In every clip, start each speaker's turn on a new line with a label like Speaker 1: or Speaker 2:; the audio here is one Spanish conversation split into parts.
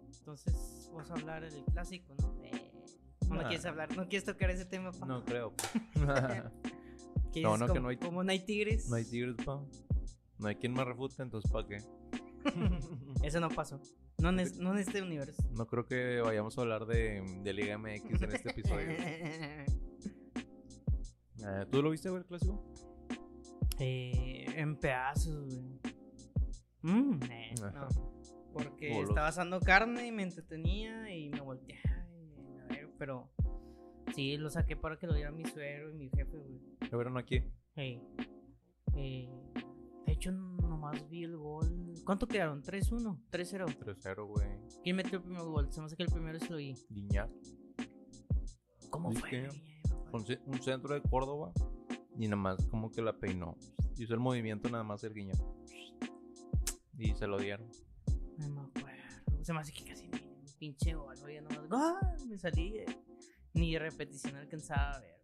Speaker 1: entonces vamos a hablar del clásico, ¿no? Eh, no, no
Speaker 2: Nah.
Speaker 1: quieres hablar, no quieres tocar ese tema, pa.
Speaker 2: No creo. pa.
Speaker 1: ¿Qué
Speaker 2: no,
Speaker 1: dices?
Speaker 2: no, que
Speaker 1: como,
Speaker 2: no hay-
Speaker 1: como no hay tigres.
Speaker 2: No hay tigres, pa. No hay quien me refute, entonces ¿para qué?
Speaker 1: Eso no pasó. No en, es- no en este universo.
Speaker 2: No creo que vayamos a hablar de, de Liga MX en este episodio. Eh, ¿Tú lo viste, güey, el clásico?
Speaker 1: Eh, en pedazos, güey. Mm, eh,
Speaker 2: Ajá.
Speaker 1: no. Porque
Speaker 2: Goloso.
Speaker 1: estaba asando carne y me entretenía y me volteaba. y a ver, pero sí, lo saqué para que lo diera mi suegro y mi jefe, güey.
Speaker 2: Lo vieron aquí.
Speaker 1: Ey. Eh, de hecho, nomás vi el gol. ¿Cuánto quedaron? ¿3-1? ¿3-0?
Speaker 2: 3-0, güey.
Speaker 1: ¿Quién metió el primer gol? Se me hace que el primero se lo vi.
Speaker 2: Guiñac.
Speaker 1: ¿Cómo
Speaker 2: Es
Speaker 1: fue?
Speaker 2: que-
Speaker 1: Ay, papá.
Speaker 2: Con ce- un centro de Córdoba. Y nada más como que la peinó. Hizo el movimiento nada más el Guiñac. Y se lo dieron.
Speaker 1: No me acuerdo. Se me hace que casi ni un pinche gol, oye, nomás. ¡Gol! Me salí. eh. Ni repetición alcanzaba a ver.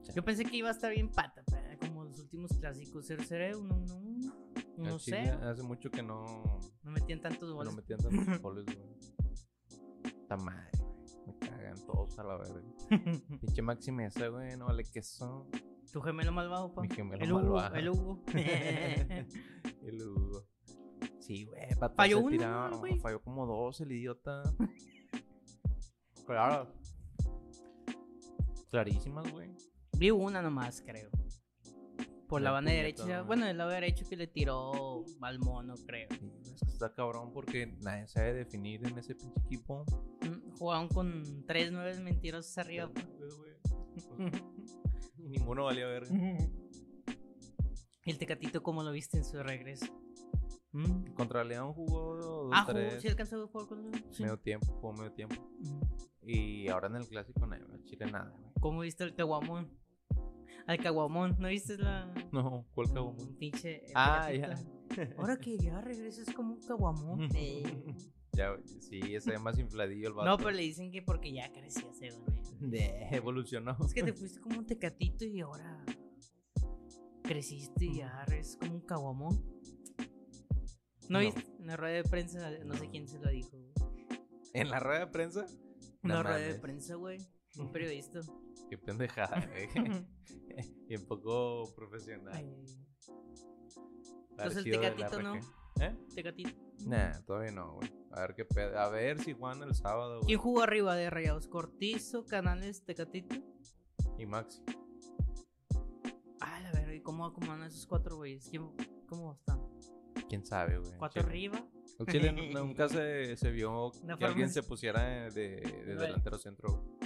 Speaker 2: Sí.
Speaker 1: Yo pensé que iba a estar bien pata, pa, como los últimos clásicos: 0-0, 1-1,
Speaker 2: Al Chile
Speaker 1: 1-0.
Speaker 2: Hace mucho que Ah, no...
Speaker 1: No metían tantos
Speaker 2: Pero
Speaker 1: goles.
Speaker 2: metían tantos goles, güey. Esta madre, güey. Me cagan todos a la verga. Pinche Maxi Mesa, güey. No vale queso.
Speaker 1: tu gemelo malvado, pa.
Speaker 2: Mi gemelo
Speaker 1: el Hugo,
Speaker 2: malvado.
Speaker 1: El Hugo.
Speaker 2: El Hugo. Sí, güey. para atrás
Speaker 1: Falló
Speaker 2: se
Speaker 1: uno,
Speaker 2: tiraba,
Speaker 1: ¿no, güey?
Speaker 2: Falló como dos, el idiota. Claro. Clarísimas, güey.
Speaker 1: Vi una nomás, creo. Por la
Speaker 2: La
Speaker 1: banda derecha.
Speaker 2: puñetada,
Speaker 1: Bueno, el lado derecho que le tiró al mono, creo.
Speaker 2: Sí, güey, es que Está cabrón porque nadie sabe definir en ese pinche equipo.
Speaker 1: Mm, Jugaron con tres nueve mentirosos arriba. pa.
Speaker 2: Güey, güey. Y ninguno valía verga.
Speaker 1: El Tecatito, ¿cómo lo viste en su regreso? Mm.
Speaker 2: Contra León jugó dos,
Speaker 1: Ah, jugó,
Speaker 2: tres.
Speaker 1: sí alcanzó a jugar con León, sí.
Speaker 2: Medio tiempo, jugó medio tiempo.
Speaker 1: Mm.
Speaker 2: Y ahora en el clásico, no, en Chile nada, güey.
Speaker 1: ¿Cómo viste al Caguamón? Al Caguamón, ¿no viste la...?
Speaker 2: No, ¿cuál cabo?
Speaker 1: Un pinche... el
Speaker 2: Ah,
Speaker 1: Tecatito. Ahora que ya regresas como un Caguamón. eh.
Speaker 2: ya, güey, sí, ese es más infladillo el vato.
Speaker 1: No, pero le dicen que porque ya crecía según él.
Speaker 2: De- evolucionó.
Speaker 1: Es que te fuiste como un tecatito y ahora creciste y ya eres como un caguamón. ¿No,
Speaker 2: No.
Speaker 1: viste? En la rueda de prensa, no, sé
Speaker 2: No.
Speaker 1: quién se lo dijo. güey.
Speaker 2: En la rueda de prensa.
Speaker 1: En
Speaker 2: No
Speaker 1: la rueda de
Speaker 2: mames.
Speaker 1: prensa, güey. Un periodista. Eh,
Speaker 2: Qué pendejada, güey. y un poco profesional.
Speaker 1: Ay, Entonces, el
Speaker 2: Parecido de la
Speaker 1: Tecatito no.
Speaker 2: RG. ¿Eh?
Speaker 1: tecatito.
Speaker 2: Nah, todavía no, güey. A ver qué pedo. A ver si Juan el sábado, güey.
Speaker 1: ¿Quién jugó arriba de Rayados? Cortizo, Canales, Tecatito.
Speaker 2: Y Maxi.
Speaker 1: Ah, la verdad, ¿y cómo acomodan a esos cuatro güeyes? ¿Quién- ¿Cómo están?
Speaker 2: Quién sabe, güey.
Speaker 1: ¿Cuatro
Speaker 2: Chile.
Speaker 1: arriba?
Speaker 2: El Chile nu- nunca se, se vio
Speaker 1: Una
Speaker 2: que alguien
Speaker 1: forma-
Speaker 2: se pusiera de, de
Speaker 1: Nueve.
Speaker 2: delantero centro.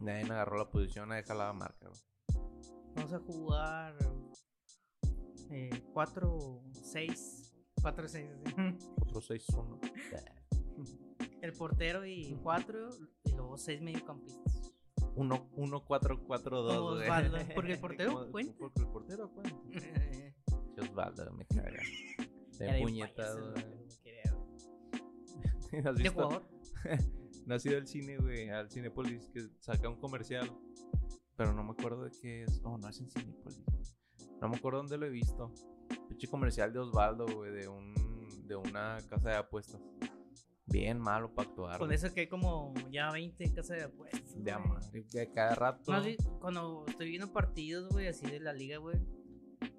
Speaker 2: Nadie agarró la posición, nadie jalaba marca. güey.
Speaker 1: Vamos a jugar eh, 4, 6. 4, 6.
Speaker 2: Otro 6-1.
Speaker 1: El portero y 4. Y luego 6 mediocampistas.
Speaker 2: 1-4-4-2.
Speaker 1: Como
Speaker 2: güey.
Speaker 1: Osvaldo, porque el portero
Speaker 2: Como-
Speaker 1: cuenta.
Speaker 2: Porque el portero cuenta. Sí, Osvaldo, me caga. Está
Speaker 1: Era bien
Speaker 2: empuñetado.
Speaker 1: payaso,
Speaker 2: güey.
Speaker 1: ¿no? Como quería, güey.
Speaker 2: ¿Has
Speaker 1: ¿Qué
Speaker 2: visto?
Speaker 1: jugador?
Speaker 2: No has ido al cine, güey, al Cinepolis, que saca un comercial. Pero no me acuerdo de qué es. Oh, no es en Cinepolis. No me acuerdo dónde lo he visto. Pinche comercial de Osvaldo, güey, de, un, de una casa de apuestas. Bien malo para actuar.
Speaker 1: Con
Speaker 2: güey.
Speaker 1: eso que hay como ya 20 en casa de apuestas.
Speaker 2: De a
Speaker 1: güey.
Speaker 2: madre, de cada rato.
Speaker 1: Más bien, cuando estoy viendo partidos, güey, así de la liga, güey.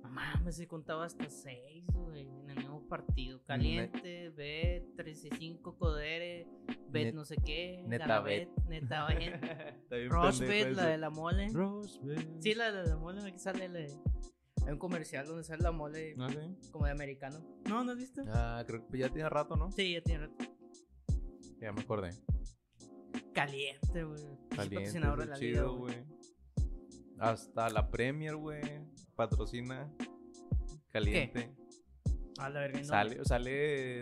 Speaker 1: No mames, se contaba hasta 6, güey, en el mismo partido. Caliente, Bet, 35, Codere, Bet
Speaker 2: Net-
Speaker 1: no sé qué,
Speaker 2: Neta
Speaker 1: Ganabet, Neta Bet,
Speaker 2: Está bien
Speaker 1: Rochbet,
Speaker 2: pendejo
Speaker 1: la de
Speaker 2: ese.
Speaker 1: la mole.
Speaker 2: Rosebud.
Speaker 1: Sí, la de la mole, la que sale la de- Hay un comercial donde sale la mole
Speaker 2: ¿No sé?
Speaker 1: como de americano. No, ¿no has visto?
Speaker 2: Ah, creo que ya tiene rato, ¿no?
Speaker 1: Sí, ya tiene rato.
Speaker 2: Ya me acordé.
Speaker 1: Caliente, güey. Es
Speaker 2: Caliente,
Speaker 1: Patrocinador de
Speaker 2: es
Speaker 1: la liga,
Speaker 2: chido,
Speaker 1: güey.
Speaker 2: güey. Hasta la Premier, güey. Patrocina. Caliente.
Speaker 1: A la verga, no.
Speaker 2: Sale, sale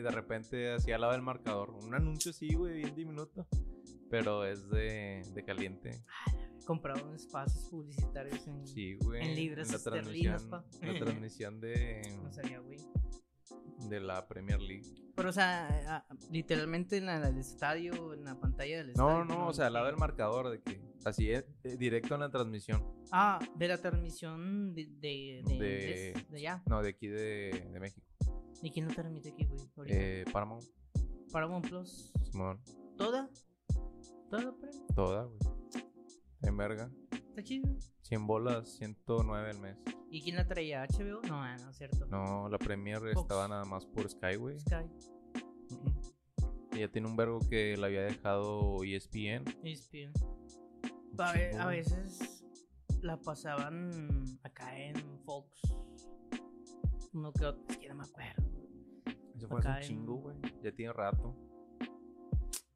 Speaker 2: de repente así al lado del marcador. Un anuncio así, güey, bien diminuto. Pero es de, de caliente.
Speaker 1: Compraron espacios publicitarios en...
Speaker 2: Sí, güey.
Speaker 1: En libras
Speaker 2: la
Speaker 1: esterlinas,
Speaker 2: transmisión,
Speaker 1: pa.
Speaker 2: la transmisión de,
Speaker 1: No sabía, güey.
Speaker 2: de la Premier League.
Speaker 1: Pero, o sea, a- literalmente en la- en el estadio, en la pantalla del estadio.
Speaker 2: No, no, o sea, al lado del marcador. De que, así es, eh, directo en la transmisión.
Speaker 1: Ah, de la transmisión de, de, de,
Speaker 2: De-
Speaker 1: inglés, de allá.
Speaker 2: No, de aquí de, de México.
Speaker 1: ¿Y quién lo transmite aquí, güey? ahorita?
Speaker 2: Eh, Paramount.
Speaker 1: Paramount Plus.
Speaker 2: Simón,
Speaker 1: ¿Toda? ¿Toda, pero?
Speaker 2: toda, güey. En verga.
Speaker 1: Está chido.
Speaker 2: 100 bolas, 109 al mes.
Speaker 1: ¿Y quién la traía? ¿HBO? No, eh, no es cierto.
Speaker 2: No, la Premier estaba nada más por Sky, güey.
Speaker 1: Sky.
Speaker 2: Y ya tiene un vergo que la había dejado E ESPN.
Speaker 1: ESPN. A, ve- a
Speaker 2: Chingón.
Speaker 1: veces la pasaban acá en Fox. No creo, es que no me acuerdo.
Speaker 2: Eso fue hace
Speaker 1: Acá
Speaker 2: un
Speaker 1: en-
Speaker 2: chingo, güey. Ya tiene rato.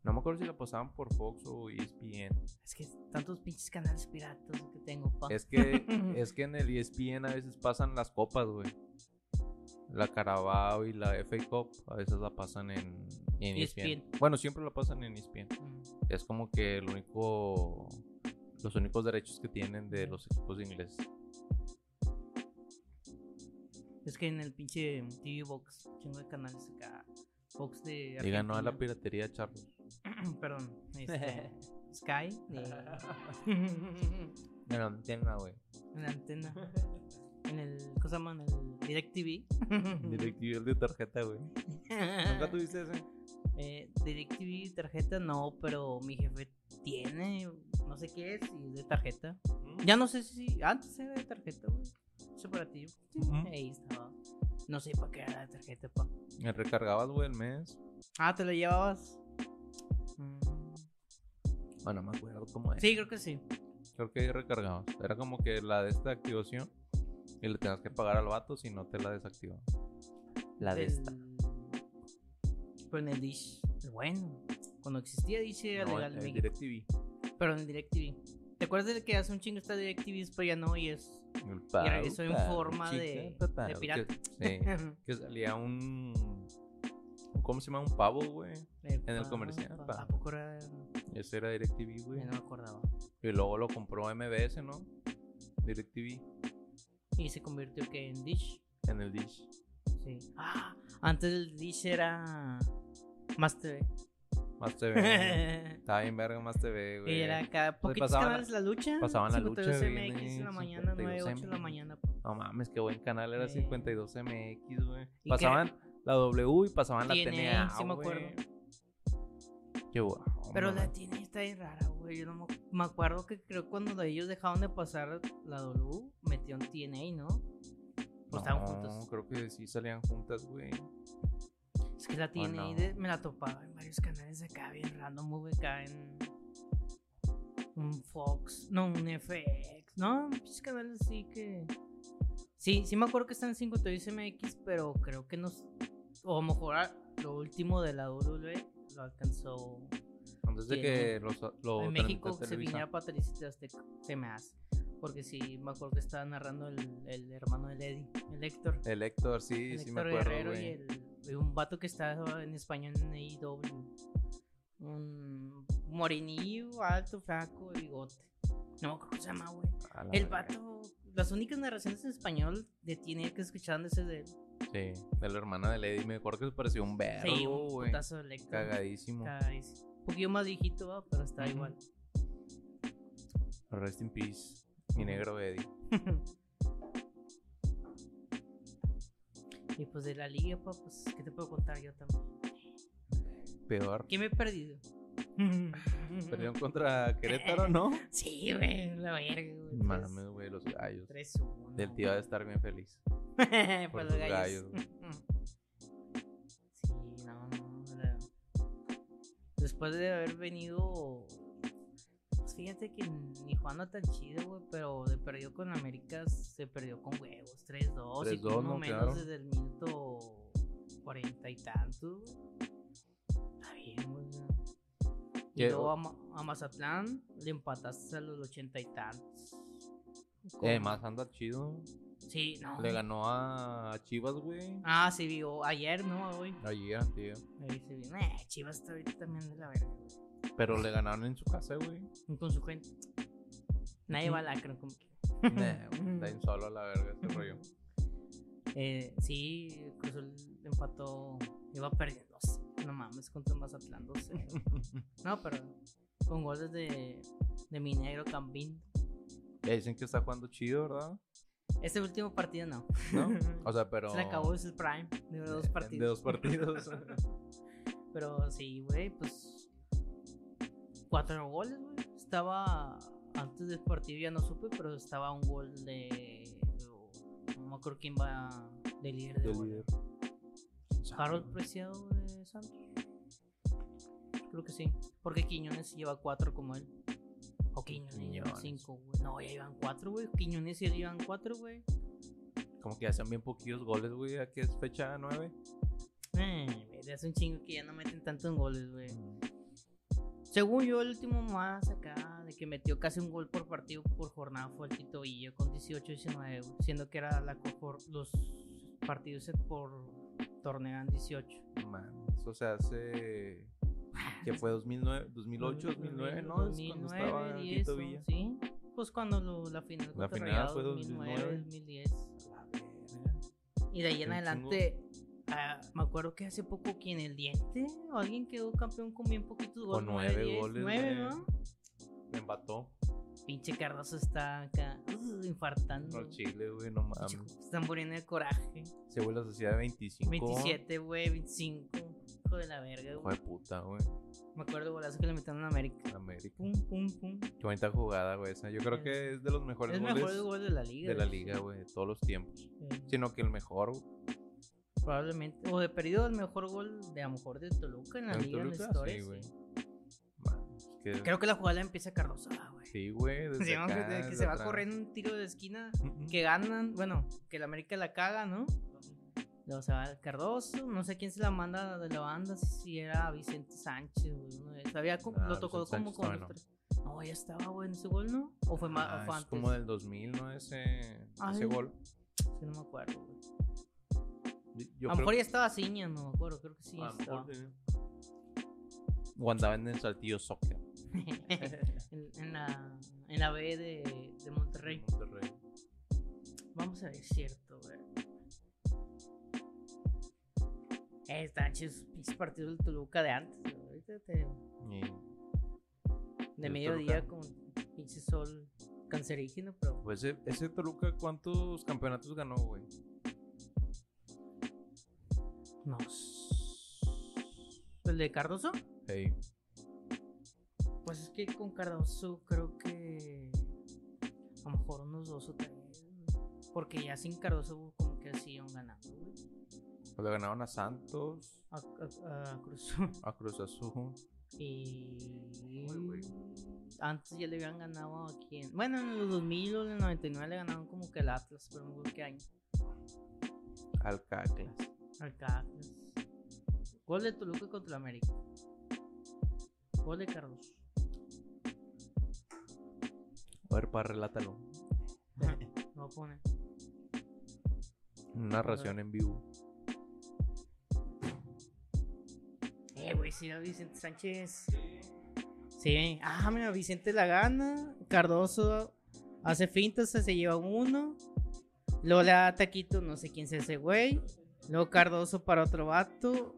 Speaker 2: No me acuerdo si la pasaban por Fox o E ESPN.
Speaker 1: Es que tantos pinches canales piratas que tengo, pa.
Speaker 2: Es que, es que en el E ESPN a veces pasan las copas, güey. La Carabao y la FA Cup a veces la pasan en, en E ESPN.
Speaker 1: ESPN.
Speaker 2: Bueno, siempre la pasan en E ESPN.
Speaker 1: Mm.
Speaker 2: Es como que el único, los únicos derechos que tienen de los equipos ingleses.
Speaker 1: Es que en el pinche TV Box, chingo de canales acá. Fox de.
Speaker 2: Y ganó a la
Speaker 1: Argentina.
Speaker 2: piratería, Charlos.
Speaker 1: Perdón. este, Sky. de-
Speaker 2: No, no, no tiene nada, güey.
Speaker 1: en la antena. En el. ¿Cómo se llama? En el DirecTV.
Speaker 2: Directivo el de tarjeta, güey.
Speaker 1: Ah.
Speaker 2: ¿Nunca tuviste ese?
Speaker 1: Eh, DirecTV tarjeta no, pero mi jefe tiene, no sé qué es, y es de tarjeta. Ya no sé si antes era de tarjeta, güey. Separativo. Sí,
Speaker 2: Ujú.
Speaker 1: Ahí estaba. No sé para qué era de tarjeta, pa.
Speaker 2: Me recargabas, güey, el mes.
Speaker 1: Ah, ¿te la llevabas? Mm.
Speaker 2: Bueno, no me acuerdo cómo era.
Speaker 1: Sí, creo que sí.
Speaker 2: Creo que ahí recargabas. Era como que la de esta activación y le tenías que pagar al vato si no te la desactivaba. La
Speaker 1: Del- Pero en el Dish, bueno, cuando existía Dish era
Speaker 2: No,
Speaker 1: legal en
Speaker 2: el
Speaker 1: México,
Speaker 2: DirecTV.
Speaker 1: pero en el DirecTV. ¿Te acuerdas de que hace un chingo está DirecTV, pero ya no, y es...
Speaker 2: El pau,
Speaker 1: Y regresó en
Speaker 2: pau,
Speaker 1: forma
Speaker 2: chica,
Speaker 1: de-
Speaker 2: pau, pau,
Speaker 1: de pirata.
Speaker 2: Que, sí. que salía un. ¿Cómo se llama? Un pavo, güey.
Speaker 1: en
Speaker 2: el comercial, pa.
Speaker 1: ¿A poco era...?
Speaker 2: Ese era DirecTV, güey.
Speaker 1: Ya no me acordaba.
Speaker 2: Y luego lo compró MBS, ¿no? DirecTV.
Speaker 1: Y se convirtió que en Dish.
Speaker 2: En el Dish.
Speaker 1: Sí. Ah, antes el Dish era Más TV.
Speaker 2: Más TV. Estaba bien verga Más TV, güey.
Speaker 1: y era acá.
Speaker 2: Pues
Speaker 1: Poquitos
Speaker 2: pasaban la-
Speaker 1: canales la lucha.
Speaker 2: pasaban la
Speaker 1: 52
Speaker 2: lucha,
Speaker 1: MX
Speaker 2: viene
Speaker 1: en la mañana, 9, 8
Speaker 2: 52
Speaker 1: de la
Speaker 2: MX.
Speaker 1: mañana. pa.
Speaker 2: No mames, qué buen canal era
Speaker 1: Sí.
Speaker 2: 52MX, güey.
Speaker 1: ¿Y qué?
Speaker 2: Pasaban la W y pasaban la
Speaker 1: TNA,
Speaker 2: TNA.
Speaker 1: sí me
Speaker 2: güey.
Speaker 1: acuerdo.
Speaker 2: Qué guau.
Speaker 1: Pero
Speaker 2: no
Speaker 1: la
Speaker 2: mames.
Speaker 1: tiene está bien rara, güey. Yo no me, me acuerdo que creo cuando ellos dejaron de pasar la W, metieron TNA, ¿no? O pues, estaban
Speaker 2: No,
Speaker 1: juntos.
Speaker 2: Creo que sí salían juntas, güey.
Speaker 1: Es que la TNA
Speaker 2: no.
Speaker 1: de- me la topaba en varios canales acá, bien random, güey, acá en. Un Fox, no, un FX, no, muchos canales sí que. Sí, sí me acuerdo que están en 52 MX, pero creo que nos. O a lo mejor a- lo último de la WWE lo alcanzó.
Speaker 2: Antes de
Speaker 1: Sí,
Speaker 2: que los, lo
Speaker 1: en
Speaker 2: transmitió
Speaker 1: México que se
Speaker 2: Televisa.
Speaker 1: viniera Patricia Azteca, se me hace. Porque sí, me acuerdo que estaba narrando el, el hermano del Eddie, el Héctor.
Speaker 2: El Héctor, sí,
Speaker 1: El
Speaker 2: sí me
Speaker 1: Héctor
Speaker 2: acuerdo,
Speaker 1: Guerrero y,
Speaker 2: güey.
Speaker 1: el- y un vato que estaba en español en AEW. Un morenillo, alto, flaco, bigote. No me acuerdo cómo se llama, güey.
Speaker 2: A la
Speaker 1: El
Speaker 2: verga.
Speaker 1: vato, las únicas narraciones en español de tiene que escuchaban ese de él.
Speaker 2: Sí, de la hermana de Lady. Me acuerdo que se parecía un verbo,
Speaker 1: Sí, un
Speaker 2: güey.
Speaker 1: putazo de Héctor.
Speaker 2: Cagadísimo.
Speaker 1: Cagadísimo. Un poquillo más viejito, va, pero está
Speaker 2: Ujú.
Speaker 1: igual.
Speaker 2: Rest in peace, mi negro Eddie.
Speaker 1: y pues de la liga, pa, pues, ¿qué te puedo contar yo también?
Speaker 2: Peor.
Speaker 1: ¿Qué me he perdido?
Speaker 2: Perdieron contra Querétaro, ¿no?
Speaker 1: Sí, güey, la verga, güey.
Speaker 2: Mames, güey, los gallos.
Speaker 1: 3-1.
Speaker 2: Del tío este. ha de estar bien feliz.
Speaker 1: Para
Speaker 2: por
Speaker 1: los
Speaker 2: sus
Speaker 1: gallos.
Speaker 2: gallos, güey.
Speaker 1: sí, no, no. la- Después de haber venido. pues fíjate que ni jugando tan chido, güey. Pero de perdió con América, se perdió con huevos. 3-2. Y
Speaker 2: 3-2,
Speaker 1: con uno
Speaker 2: no,
Speaker 1: menos
Speaker 2: claro.
Speaker 1: desde el minuto 40 y tanto, güey. Está bien, güey. o sea. Y
Speaker 2: ¿Qué-
Speaker 1: luego a, Ma- a Mazatlán le empataste a los 80 y tantos.
Speaker 2: Eh,
Speaker 1: Con-
Speaker 2: más anda chido.
Speaker 1: Sí, no.
Speaker 2: Le ganó a a Chivas, güey.
Speaker 1: Ah, sí, vio ayer, ¿no? Hoy.
Speaker 2: Ayer, tío.
Speaker 1: Ahí se vio. Eh, Chivas está ahorita también de la verga, güey.
Speaker 2: Pero le ganaron en su casa, güey.
Speaker 1: Y Con su gente. Nadie
Speaker 2: Ujú.
Speaker 1: va a la creo, como que.
Speaker 2: Nah, güey, Está en solo a la verga ese rollo.
Speaker 1: Eh, sí, Cruz Azul empató. Iba perdiendo. sí. No mames, contra Mazatlán 12. no, pero con goles de, de mi negro Cambín.
Speaker 2: Ya dicen que está jugando chido, ¿verdad?
Speaker 1: Este último partido no.
Speaker 2: ¿No? O sea, pero.
Speaker 1: Se le acabó, es el prime. De dos
Speaker 2: De
Speaker 1: partidos.
Speaker 2: dos partidos.
Speaker 1: pero sí, güey, pues. Cuatro goles, güey. Estaba. Antes del partido ya no supe, pero estaba un gol de. No me acuerdo quién va de líder de
Speaker 2: Del
Speaker 1: gol.
Speaker 2: líder.
Speaker 1: Harold Preciado de Santos. Creo que sí. Porque Quiñones lleva cuatro como él. O Quiñones, lleva
Speaker 2: Quiñones.
Speaker 1: cinco, güey. No, ya llevan cuatro, güey. Quiñones ya llevan cuatro, güey.
Speaker 2: Como que hacen bien poquillos goles, güey. Aquí es fecha 9.
Speaker 1: Eh, güey, de hace un chingo que ya no meten tantos goles, güey. Según yo, el último más acá, de que metió casi un gol por partido por jornada, fue el Tito Villa con 18 19, güey, siendo que era la co- por los partidos por torneo eran 18.
Speaker 2: Man, eso se hace.
Speaker 1: Ah,
Speaker 2: Que fue 2009, 2008, 2009, ¿no? Es cuando
Speaker 1: 2009,
Speaker 2: estaba
Speaker 1: 10,
Speaker 2: Tito
Speaker 1: o-
Speaker 2: Villa.
Speaker 1: Sí, pues cuando lo- la final
Speaker 2: La
Speaker 1: contra
Speaker 2: final
Speaker 1: Rayados,
Speaker 2: fue 2009.
Speaker 1: 2010.
Speaker 2: La verga.
Speaker 1: Y de ahí en
Speaker 2: Un
Speaker 1: adelante, ah, me acuerdo que hace poco quien el diente o alguien quedó campeón con bien poquitos goles.
Speaker 2: Con nueve
Speaker 1: 10,
Speaker 2: goles.
Speaker 1: nueve,
Speaker 2: güey.
Speaker 1: ¿no?
Speaker 2: Me embató.
Speaker 1: Pinche Cardoso está acá uh, infartando.
Speaker 2: No, Chile, güey, no
Speaker 1: Pinche
Speaker 2: mames.
Speaker 1: Juve, Están muriendo de coraje.
Speaker 2: Se vuelve a la sociedad 25.
Speaker 1: 27, güey, 25. Hijo de la verga,
Speaker 2: Hijo de
Speaker 1: güey.
Speaker 2: puta, güey.
Speaker 1: Me acuerdo del golazo que le metieron a América.
Speaker 2: América.
Speaker 1: Pum, pum, pum.
Speaker 2: Qué bonita jugada, güey. esa. Yo creo que es de los mejores
Speaker 1: Es
Speaker 2: goles
Speaker 1: mejor gol de Eh, la liga.
Speaker 2: de la
Speaker 1: güey.
Speaker 2: liga, güey, de todos los tiempos.
Speaker 1: Sí.
Speaker 2: Sino que el mejor, güey.
Speaker 1: Probablemente. O de perdido el mejor gol de a lo mejor de Toluca en la
Speaker 2: ¿En
Speaker 1: liga en la
Speaker 2: Toluca?
Speaker 1: historia.
Speaker 2: Sí, güey.
Speaker 1: sí.
Speaker 2: Man, es que-
Speaker 1: Creo que la jugada la empieza Cardoso, ah, güey.
Speaker 2: Sí, güey. desde
Speaker 1: Sí, vamos,
Speaker 2: acá,
Speaker 1: de que
Speaker 2: desde
Speaker 1: se va
Speaker 2: atrás.
Speaker 1: corriendo un tiro de esquina.
Speaker 2: Mm, mm.
Speaker 1: Que ganan, bueno, que el América la caga, ¿no? O sea, Cardoso, no sé quién se la manda de la banda, si, si era Vicente Sánchez, güey. uno de- Había como-
Speaker 2: Nah,
Speaker 1: lo tocó
Speaker 2: Ah, Vicente
Speaker 1: como
Speaker 2: Sánchez
Speaker 1: con los
Speaker 2: todavía
Speaker 1: tres. No, ya estaba, güey, en ese gol, ¿no? O fue, más,
Speaker 2: Ah,
Speaker 1: o fue
Speaker 2: es
Speaker 1: antes.
Speaker 2: como del 2000, ¿no? Ese, ese
Speaker 1: Ay.
Speaker 2: gol.
Speaker 1: Sí, no me acuerdo, güey.
Speaker 2: Yo
Speaker 1: a lo
Speaker 2: creo
Speaker 1: mejor ya estaba Ciña, no me acuerdo, creo que sí.
Speaker 2: a lo
Speaker 1: estaba.
Speaker 2: mejor, eh, O andaban en el saltillo soccer.
Speaker 1: en, en la, en la B de, de Monterrey.
Speaker 2: Monterrey.
Speaker 1: Vamos a ver, es cierto, güey. Eh, Están chidos pinches partidos del Toluca de antes, güey. Ahorita te-
Speaker 2: Y
Speaker 1: de
Speaker 2: Del
Speaker 1: mediodía
Speaker 2: Toluca.
Speaker 1: con pinche sol cancerígeno, pero
Speaker 2: Pues ese, ese Toluca, ¿cuántos campeonatos ganó, güey?
Speaker 1: no. ¿El de Cardoso?
Speaker 2: Hey,
Speaker 1: Pues es que con Cardoso creo que a lo mejor unos dos o tres. güey. Porque ya sin Cardoso como que así iban ganando, güey.
Speaker 2: le ganaron a Santos,
Speaker 1: A, a- a Cruz Azul.
Speaker 2: a Cruz Azul.
Speaker 1: Y
Speaker 2: Ay, güey.
Speaker 1: mm, antes ya le habían ganado a quién. Bueno, en los 2000 o en el 99 le ganaron como que al Atlas, pero no recuerdo qué año.
Speaker 2: al Caclas.
Speaker 1: Al Atlas. Gol de Toluca contra el América. Gol de Carlos.
Speaker 2: A ver, para relátalo.
Speaker 1: No voy a poner.
Speaker 2: Narración en vivo.
Speaker 1: Eh, güey, sí, era Vicente Sánchez. Sí, ah, mira, Vicente la gana. Cardoso hace fintas, se lleva uno. Luego le da a Taquito, no sé quién es ese güey. Luego Cardoso para otro vato.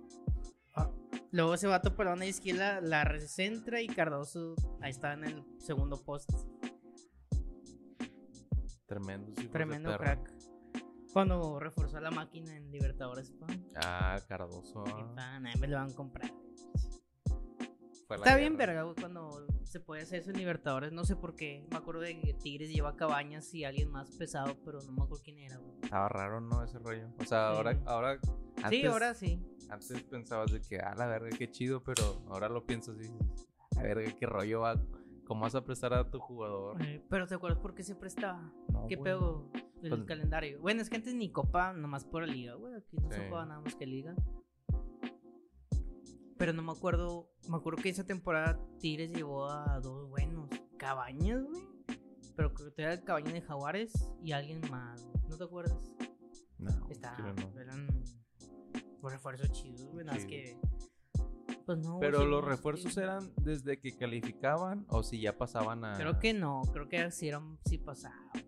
Speaker 1: Ah, Luego ese vato para una izquierda la recentra y Cardoso ahí está en el segundo post.
Speaker 2: Tremendo.
Speaker 1: Tremendo crack. Cuando reforzó la máquina en Libertadores, pa.
Speaker 2: Ah, Cardoso.
Speaker 1: Y pa, nah, me lo van a comprar.
Speaker 2: Fue la
Speaker 1: Está bien,
Speaker 2: guerra.
Speaker 1: verga, güey, cuando se puede hacer eso en Libertadores. No sé por qué. Me acuerdo de que Tigres lleva a Cabañas y alguien más pesado, pero no me acuerdo quién era, güey.
Speaker 2: Estaba raro, ¿no? Ese rollo. O sea,
Speaker 1: Sí.
Speaker 2: ahora, ahora.
Speaker 1: Sí,
Speaker 2: antes-
Speaker 1: ahora sí.
Speaker 2: Antes pensabas de que, ah, la verga, qué chido, pero ahora lo piensas y dices, la verga, qué rollo va. ¿Cómo vas a prestar a tu jugador?
Speaker 1: Eh, Pero ¿te acuerdas por qué se prestaba?
Speaker 2: No,
Speaker 1: ¿Qué
Speaker 2: güey.
Speaker 1: pedo del
Speaker 2: Pues-
Speaker 1: calendario? Bueno, es que antes ni copa, nomás por la liga, güey. Aquí no
Speaker 2: Sí.
Speaker 1: se jugaba nada más que liga. Pero no me acuerdo. Me acuerdo que esa temporada Tigres llevó a dos buenos. Cabañas, güey. Pero creo que era el Cabañas de Jaguares y alguien más. güey. ¿No te acuerdas?
Speaker 2: No,
Speaker 1: Está,
Speaker 2: chile, no.
Speaker 1: eran un refuerzo chido, güey, nada más que. Pues no. güey,
Speaker 2: Pero
Speaker 1: sí,
Speaker 2: los
Speaker 1: no,
Speaker 2: refuerzos
Speaker 1: sí.
Speaker 2: eran desde que calificaban o si ya pasaban a.
Speaker 1: Creo que no, creo que sí eran sí pasado, güey.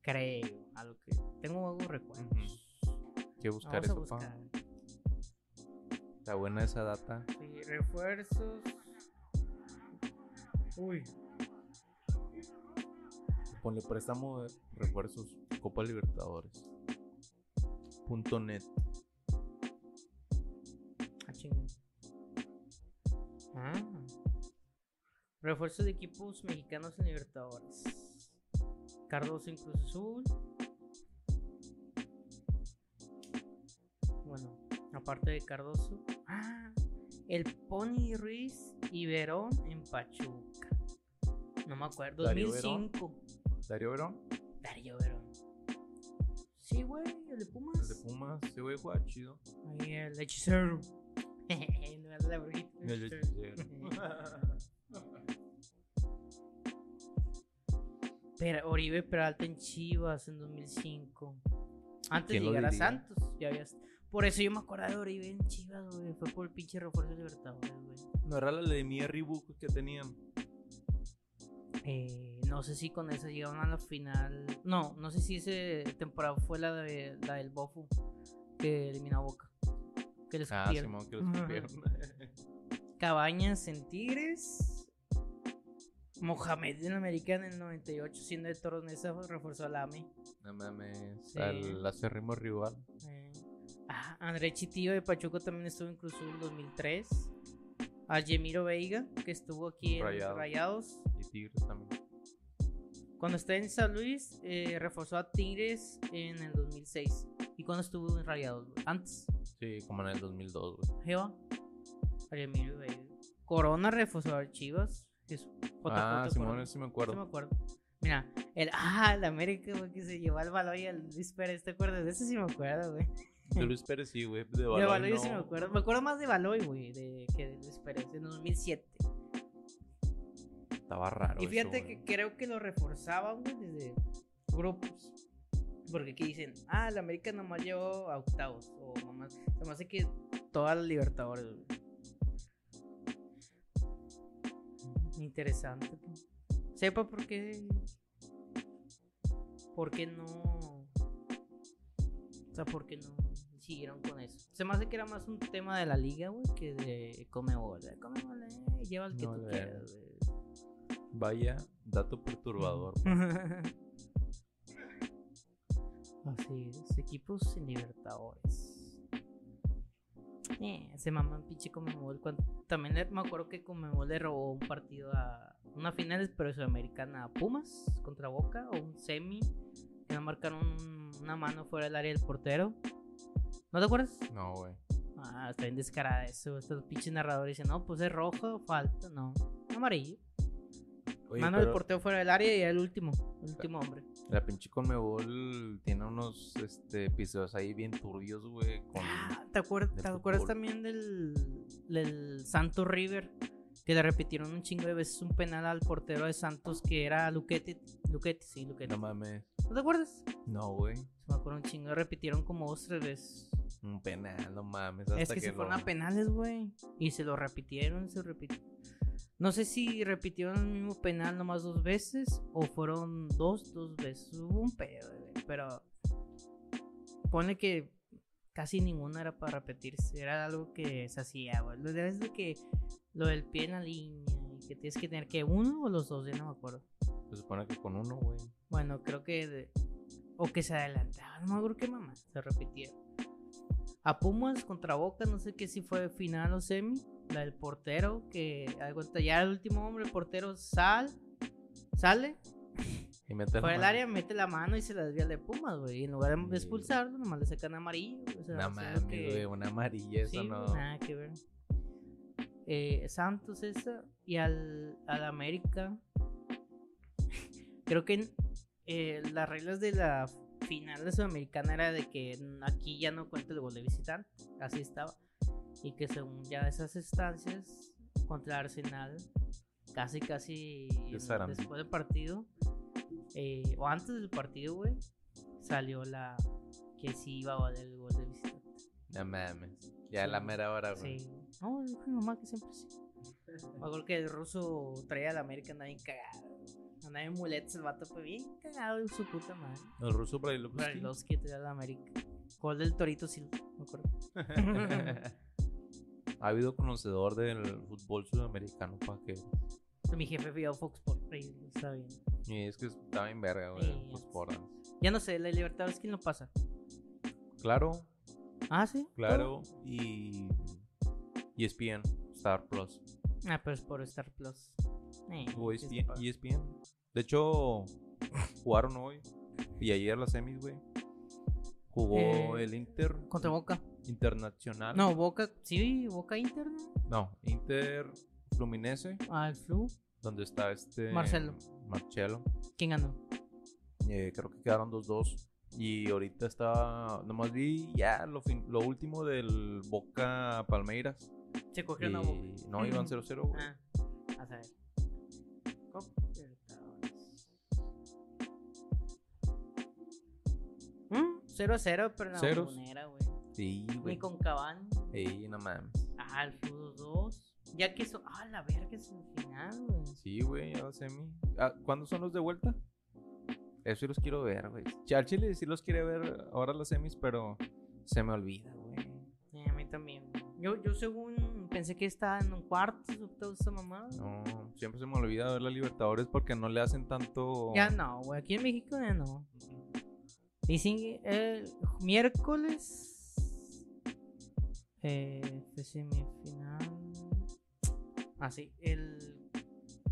Speaker 1: Creo, a lo que. Tengo algo recuerdo.
Speaker 2: Ujú. Hay que buscar
Speaker 1: Vamos a
Speaker 2: eso, pa.
Speaker 1: buscar.
Speaker 2: Está buena esa data.
Speaker 1: Sí, refuerzos. Uy.
Speaker 2: Ponle préstamo de refuerzos Copa Libertadores. Punto net.
Speaker 1: Ah, chinga. Refuerzo de equipos mexicanos en Libertadores. Cardoso en Cruz Azul. Bueno, aparte de Cardoso. ¡Ah! El Pony Ruiz y Verón en Pachuca. No me acuerdo.
Speaker 2: Darío
Speaker 1: 2005.
Speaker 2: Darío Verón,
Speaker 1: Darío Verón. Sí, güey, el de
Speaker 2: el de
Speaker 1: Pumas.
Speaker 2: Pumas, se güey juega chido.
Speaker 1: Ahí el hechicero. no era la brujita, el
Speaker 2: El
Speaker 1: hechicero. Pero Oribe Peralta en Chivas en 2005. Antes de
Speaker 2: ¿Quién lo
Speaker 1: llegar a
Speaker 2: diría?
Speaker 1: Santos, ya habías. Por eso yo me acordaba de Oribe en Chivas, güey. Fue por el pinche refuerzo de Libertadores, güey.
Speaker 2: no era la de mi Reebok que tenían.
Speaker 1: Eh, no sé si con esa llegaron a la final. No, no sé si esa temporada fue la, de, la del Bofu que eliminó a Boca. Que les
Speaker 2: Ah,
Speaker 1: cupieron.
Speaker 2: Simón, que los cupieron.
Speaker 1: Cabañas en Tigres. Mohamed en Americana en el 98, siendo de Toros Neza, reforzó al E. AME.
Speaker 2: No mames,
Speaker 1: Sí.
Speaker 2: al acérrimo rival.
Speaker 1: Eh, ah, André Chitillo de Pachuco también estuvo en Cruz Azul 2003. A Yemiro Veiga, que estuvo aquí en
Speaker 2: Rayados.
Speaker 1: Rayados.
Speaker 2: Y Tigres también.
Speaker 1: Cuando está en San Luis, eh, reforzó a Tigres en el 2006. ¿Y cuando estuvo en Rayados? güey? Antes.
Speaker 2: Sí, como en el 2002, güey.
Speaker 1: Jeva. A Yemiro Veiga. Corona reforzó a Chivas. Jesús.
Speaker 2: Ah,
Speaker 1: JJ
Speaker 2: Simón,
Speaker 1: Corona.
Speaker 2: sí me
Speaker 1: Sí me
Speaker 2: acuerdo.
Speaker 1: acuerdo. Mira, el. Ah, el América, güey, que se llevó al Baloy y al Luis Pérez. ¿Te acuerdas? De eso sí me acuerdo, güey.
Speaker 2: De Luis Pérez, sí, güey. De
Speaker 1: de
Speaker 2: Baloy,
Speaker 1: Baloy
Speaker 2: no.
Speaker 1: sí me acuerdo. Me acuerdo más de Baloy, güey, de, que de Luis Pérez, en 2007.
Speaker 2: Estaba raro.
Speaker 1: y
Speaker 2: eso, ¿eh?
Speaker 1: fíjate
Speaker 2: güey.
Speaker 1: que creo que lo reforzaban, güey, desde grupos. Porque aquí dicen, ah, el América nomás llegó a octavos. O nomás. Nomás hace que todas las Libertadores, güey. Interesante, po. Sepa por qué. ¿Por qué no? O sea, ¿por qué no siguieron con eso? Se me hace que era más un tema de la liga, güey, que de come bola. Come bola, eh, lleva el que
Speaker 2: No,
Speaker 1: tú
Speaker 2: la
Speaker 1: quieras, güey.
Speaker 2: Vaya dato perturbador.
Speaker 1: Así es, equipos en Libertadores. Eh, se maman pinche Comebol. cuan- También le- me acuerdo que Comebol le robó un partido a una final, pero sudamericana a Pumas contra Boca o un semi. Que no marcaron un- una mano fuera del área del portero. ¿No te acuerdas?
Speaker 2: No, güey.
Speaker 1: Ah, está bien descarada eso. Estos pinches narradores dicen, no, pues es rojo, falta, no. Amarillo.
Speaker 2: Oye,
Speaker 1: mano del
Speaker 2: pero
Speaker 1: portero fuera del área y era el último, el último hombre.
Speaker 2: la pinche Conmebol tiene unos este, episodios ahí bien turbios, güey. Con...
Speaker 1: Ah, ¿Te, acuer-
Speaker 2: de
Speaker 1: te acuerdas
Speaker 2: fútbol.
Speaker 1: también del, del Santos River? Que le repitieron un chingo de veces un penal al portero de Santos que era Luquete. Luquete, sí, Luquete.
Speaker 2: No
Speaker 1: ¿No,
Speaker 2: mames.
Speaker 1: te acuerdas?
Speaker 2: No, güey.
Speaker 1: Se me acuerdo un chingo, repitieron como dos, tres veces.
Speaker 2: Un penal, no mames. Hasta
Speaker 1: es que, se
Speaker 2: lo-
Speaker 1: fueron a penales, güey. Y se lo repitieron, se repitieron. No sé si repitieron el mismo penal nomás dos veces o fueron dos, dos veces. Hubo un pedo, güey, pero pone que casi ninguna era para repetirse. Era algo que se hacía, güey. Lo de es de que lo del pie en la línea y que tienes que tener que uno o los dos, ya no me acuerdo.
Speaker 2: Se supone que con uno, güey.
Speaker 1: Bueno, creo que. de- o que se adelantaban, no me acuerdo qué mamá. Se repitieron. A Pumas contra Boca, no sé qué si fue final o semi. La del portero, que al cuenta, ya el último hombre, el portero sal, sale,
Speaker 2: Y mete la
Speaker 1: fuera del
Speaker 2: mano.
Speaker 1: área, mete la mano y se la desvía al de Pumas, güey. Y en lugar de
Speaker 2: Sí.
Speaker 1: expulsarlo, nomás le sacan amarillo. O sea,
Speaker 2: No
Speaker 1: haciendo
Speaker 2: mames,
Speaker 1: que-
Speaker 2: güey. Una amarilla, eso
Speaker 1: Sí,
Speaker 2: no.
Speaker 1: güey, nada que ver. Eh, Santos esa y al, al América. Creo que en- eh, las reglas de la final de Sudamericana era de que aquí ya no cuenta el gol de visitante. Así estaba. Y que según ya esas estancias contra Arsenal, casi casi
Speaker 2: De Sarandí.
Speaker 1: después del partido, eh, o antes del partido, güey, salió la que sí iba a valer el gol de visitante.
Speaker 2: No mames. Ya la
Speaker 1: Sí.
Speaker 2: mera hora, güey.
Speaker 1: Sí. No, dijo mi mamá que siempre sí. Me acuerdo que el ruso traía a la América andaba bien cagado. Andaba en muletas el vato, fue bien cagado en su puta madre.
Speaker 2: El ruso
Speaker 1: Para
Speaker 2: Brailovsky.
Speaker 1: los que traía a la América. Gol del Torito Silva, me acuerdo.
Speaker 2: ha habido conocedor del fútbol sudamericano para que.
Speaker 1: Mi jefe vio Fox Sports, ahí lo está bien.
Speaker 2: Y es que estaba en verga, güey.
Speaker 1: Sí,
Speaker 2: pues,
Speaker 1: sí.
Speaker 2: por-
Speaker 1: Ya no sé, la Libertadores, ¿quién lo pasa?
Speaker 2: Claro,
Speaker 1: Ah, sí. ¿Todo?
Speaker 2: claro. Y. Y ESPN, Star Plus.
Speaker 1: Ah, pero es por Star Plus. Eh,
Speaker 2: Jugó
Speaker 1: ¿qué
Speaker 2: ESPN,
Speaker 1: está pa-
Speaker 2: ESPN. De hecho, jugaron hoy y ayer las semis, güey. Jugó
Speaker 1: Eh,
Speaker 2: el Inter
Speaker 1: Contra Boca.
Speaker 2: Internacional.
Speaker 1: No, Boca, sí, Boca Inter, ¿no?
Speaker 2: No, Inter Fluminense,
Speaker 1: Al Flu.
Speaker 2: donde está este.
Speaker 1: Marcelo.
Speaker 2: Marcelo.
Speaker 1: ¿Quién ganó?
Speaker 2: Eh, creo que quedaron 2-2. Y ahorita está. Nomás vi ya lo, fin- lo último del Boca Palmeiras.
Speaker 1: Se
Speaker 2: Y,
Speaker 1: cogieron a Boca.
Speaker 2: no, iban 0-0, güey.
Speaker 1: Ah,
Speaker 2: pues.
Speaker 1: a saber. Mm, 0 a 0, pero en la
Speaker 2: Ceros.
Speaker 1: bombonera, güey.
Speaker 2: Sí, güey.
Speaker 1: Ni con Cabán.
Speaker 2: Ey, no mames.
Speaker 1: Ah, el Flu 2. Ya que eso. Ah, la verga es el final, güey.
Speaker 2: Sí, güey, ya lo sé, mi. Ah, ¿Cuándo son los de vuelta? Eso sí los quiero ver, güey. Sí, Al Chile sí los quiere ver ahora las semis, pero se me olvida, güey.
Speaker 1: Eh, a mí también. Yo, yo según pensé que estaba en un cuarto, octavo, esa mamada.
Speaker 2: No, siempre se me olvida ver la Libertadores porque no le hacen tanto.
Speaker 1: Ya no, güey. Aquí en México ya no. Dicen que el miércoles. Eh, de semifinal. Ah, sí. El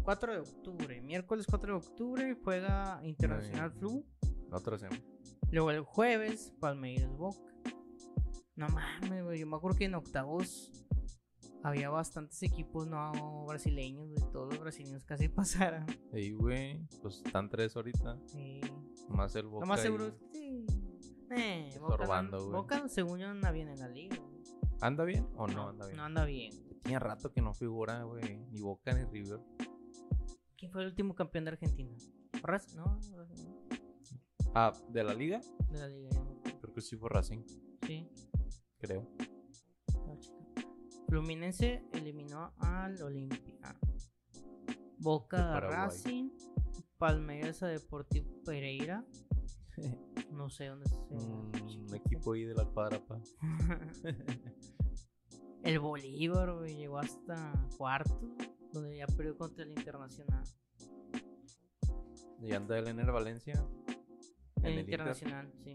Speaker 1: 4 de octubre. Miércoles 4 de octubre juega Internacional
Speaker 2: Ay.
Speaker 1: Flu.
Speaker 2: La otra semana.
Speaker 1: Luego el jueves, Palmeiras Boca. No mames, güey. Yo me acuerdo que en octavos había bastantes equipos no brasileños, güey. Todos los brasileños casi pasaron.
Speaker 2: Ey, güey, pues están tres ahorita.
Speaker 1: Sí.
Speaker 2: Más el Boca.
Speaker 1: Lo más
Speaker 2: y-
Speaker 1: seguro es que sí. Eh, Boca,
Speaker 2: Estorbando,
Speaker 1: no-
Speaker 2: güey.
Speaker 1: Boca, según yo, anda bien en la liga. güey.
Speaker 2: ¿Anda bien o no, anda bien?
Speaker 1: No anda bien.
Speaker 2: Tiene rato que no figura, güey. Ni Boca ni River.
Speaker 1: ¿Quién fue el último campeón de Argentina? ¿Racing? No, Racing no.
Speaker 2: Ah, ¿de la liga?
Speaker 1: de la liga. ya no.
Speaker 2: Creo que sí fue Racing,
Speaker 1: Sí,
Speaker 2: creo.
Speaker 1: estaba chica. Fluminense eliminó al Olimpia. Boca
Speaker 2: De
Speaker 1: a
Speaker 2: Paraguay.
Speaker 1: Racing. Palmeiras a Deportivo Pereira. No sé dónde se Mm.
Speaker 2: Un Mm, equipo ahí de la cuadra, pa.
Speaker 1: El Bolívar, güey, llegó hasta cuarto, donde ya perdió contra el Internacional.
Speaker 2: Y anda el Ener Valencia. en
Speaker 1: El
Speaker 2: el
Speaker 1: Internacional, sí.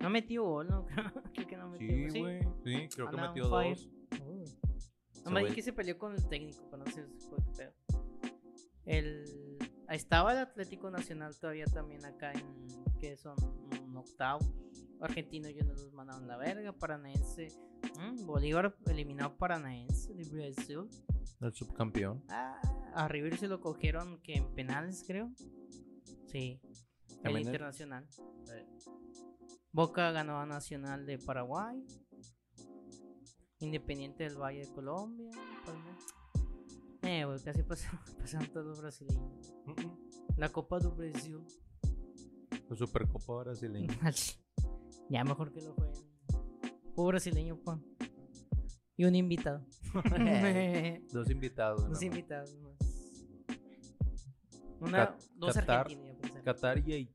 Speaker 1: No metió gol, ¿no? Creo que no metió
Speaker 2: Sí,
Speaker 1: gol.
Speaker 2: güey. Sí, creo que
Speaker 1: Anda on
Speaker 2: metió
Speaker 1: fire.
Speaker 2: dos.
Speaker 1: Uh.
Speaker 2: Se
Speaker 1: Nomás di
Speaker 2: fue-
Speaker 1: que se peleó con el técnico, pero no sé si fue qué pedo. El... ahí Estaba el Atlético Nacional todavía también acá en... que son un octavo. Argentino yo no los mandaron la verga. Paranaense. mm, Bolívar eliminado Paranaense de Brasil.
Speaker 2: El subcampeón.
Speaker 1: Ah, a River se lo cogieron que en penales, creo. Sí. El
Speaker 2: También el-
Speaker 1: internacional. Boca ganó a Nacional de Paraguay. Independiente del Valle de Colombia. Palmeiras. Eh, güey, casi pasaron, pasaron todos los brasileños. La Copa do Brasil.
Speaker 2: La Supercopa brasileña.
Speaker 1: ya mejor que lo fue. Un brasileño, pa. Y un invitado.
Speaker 2: dos invitados.
Speaker 1: Dos
Speaker 2: nomás.
Speaker 1: invitados más. Una,
Speaker 2: Cat-
Speaker 1: dos
Speaker 2: Qatar.
Speaker 1: argentinos, ya pensé.
Speaker 2: Qatar y Haití.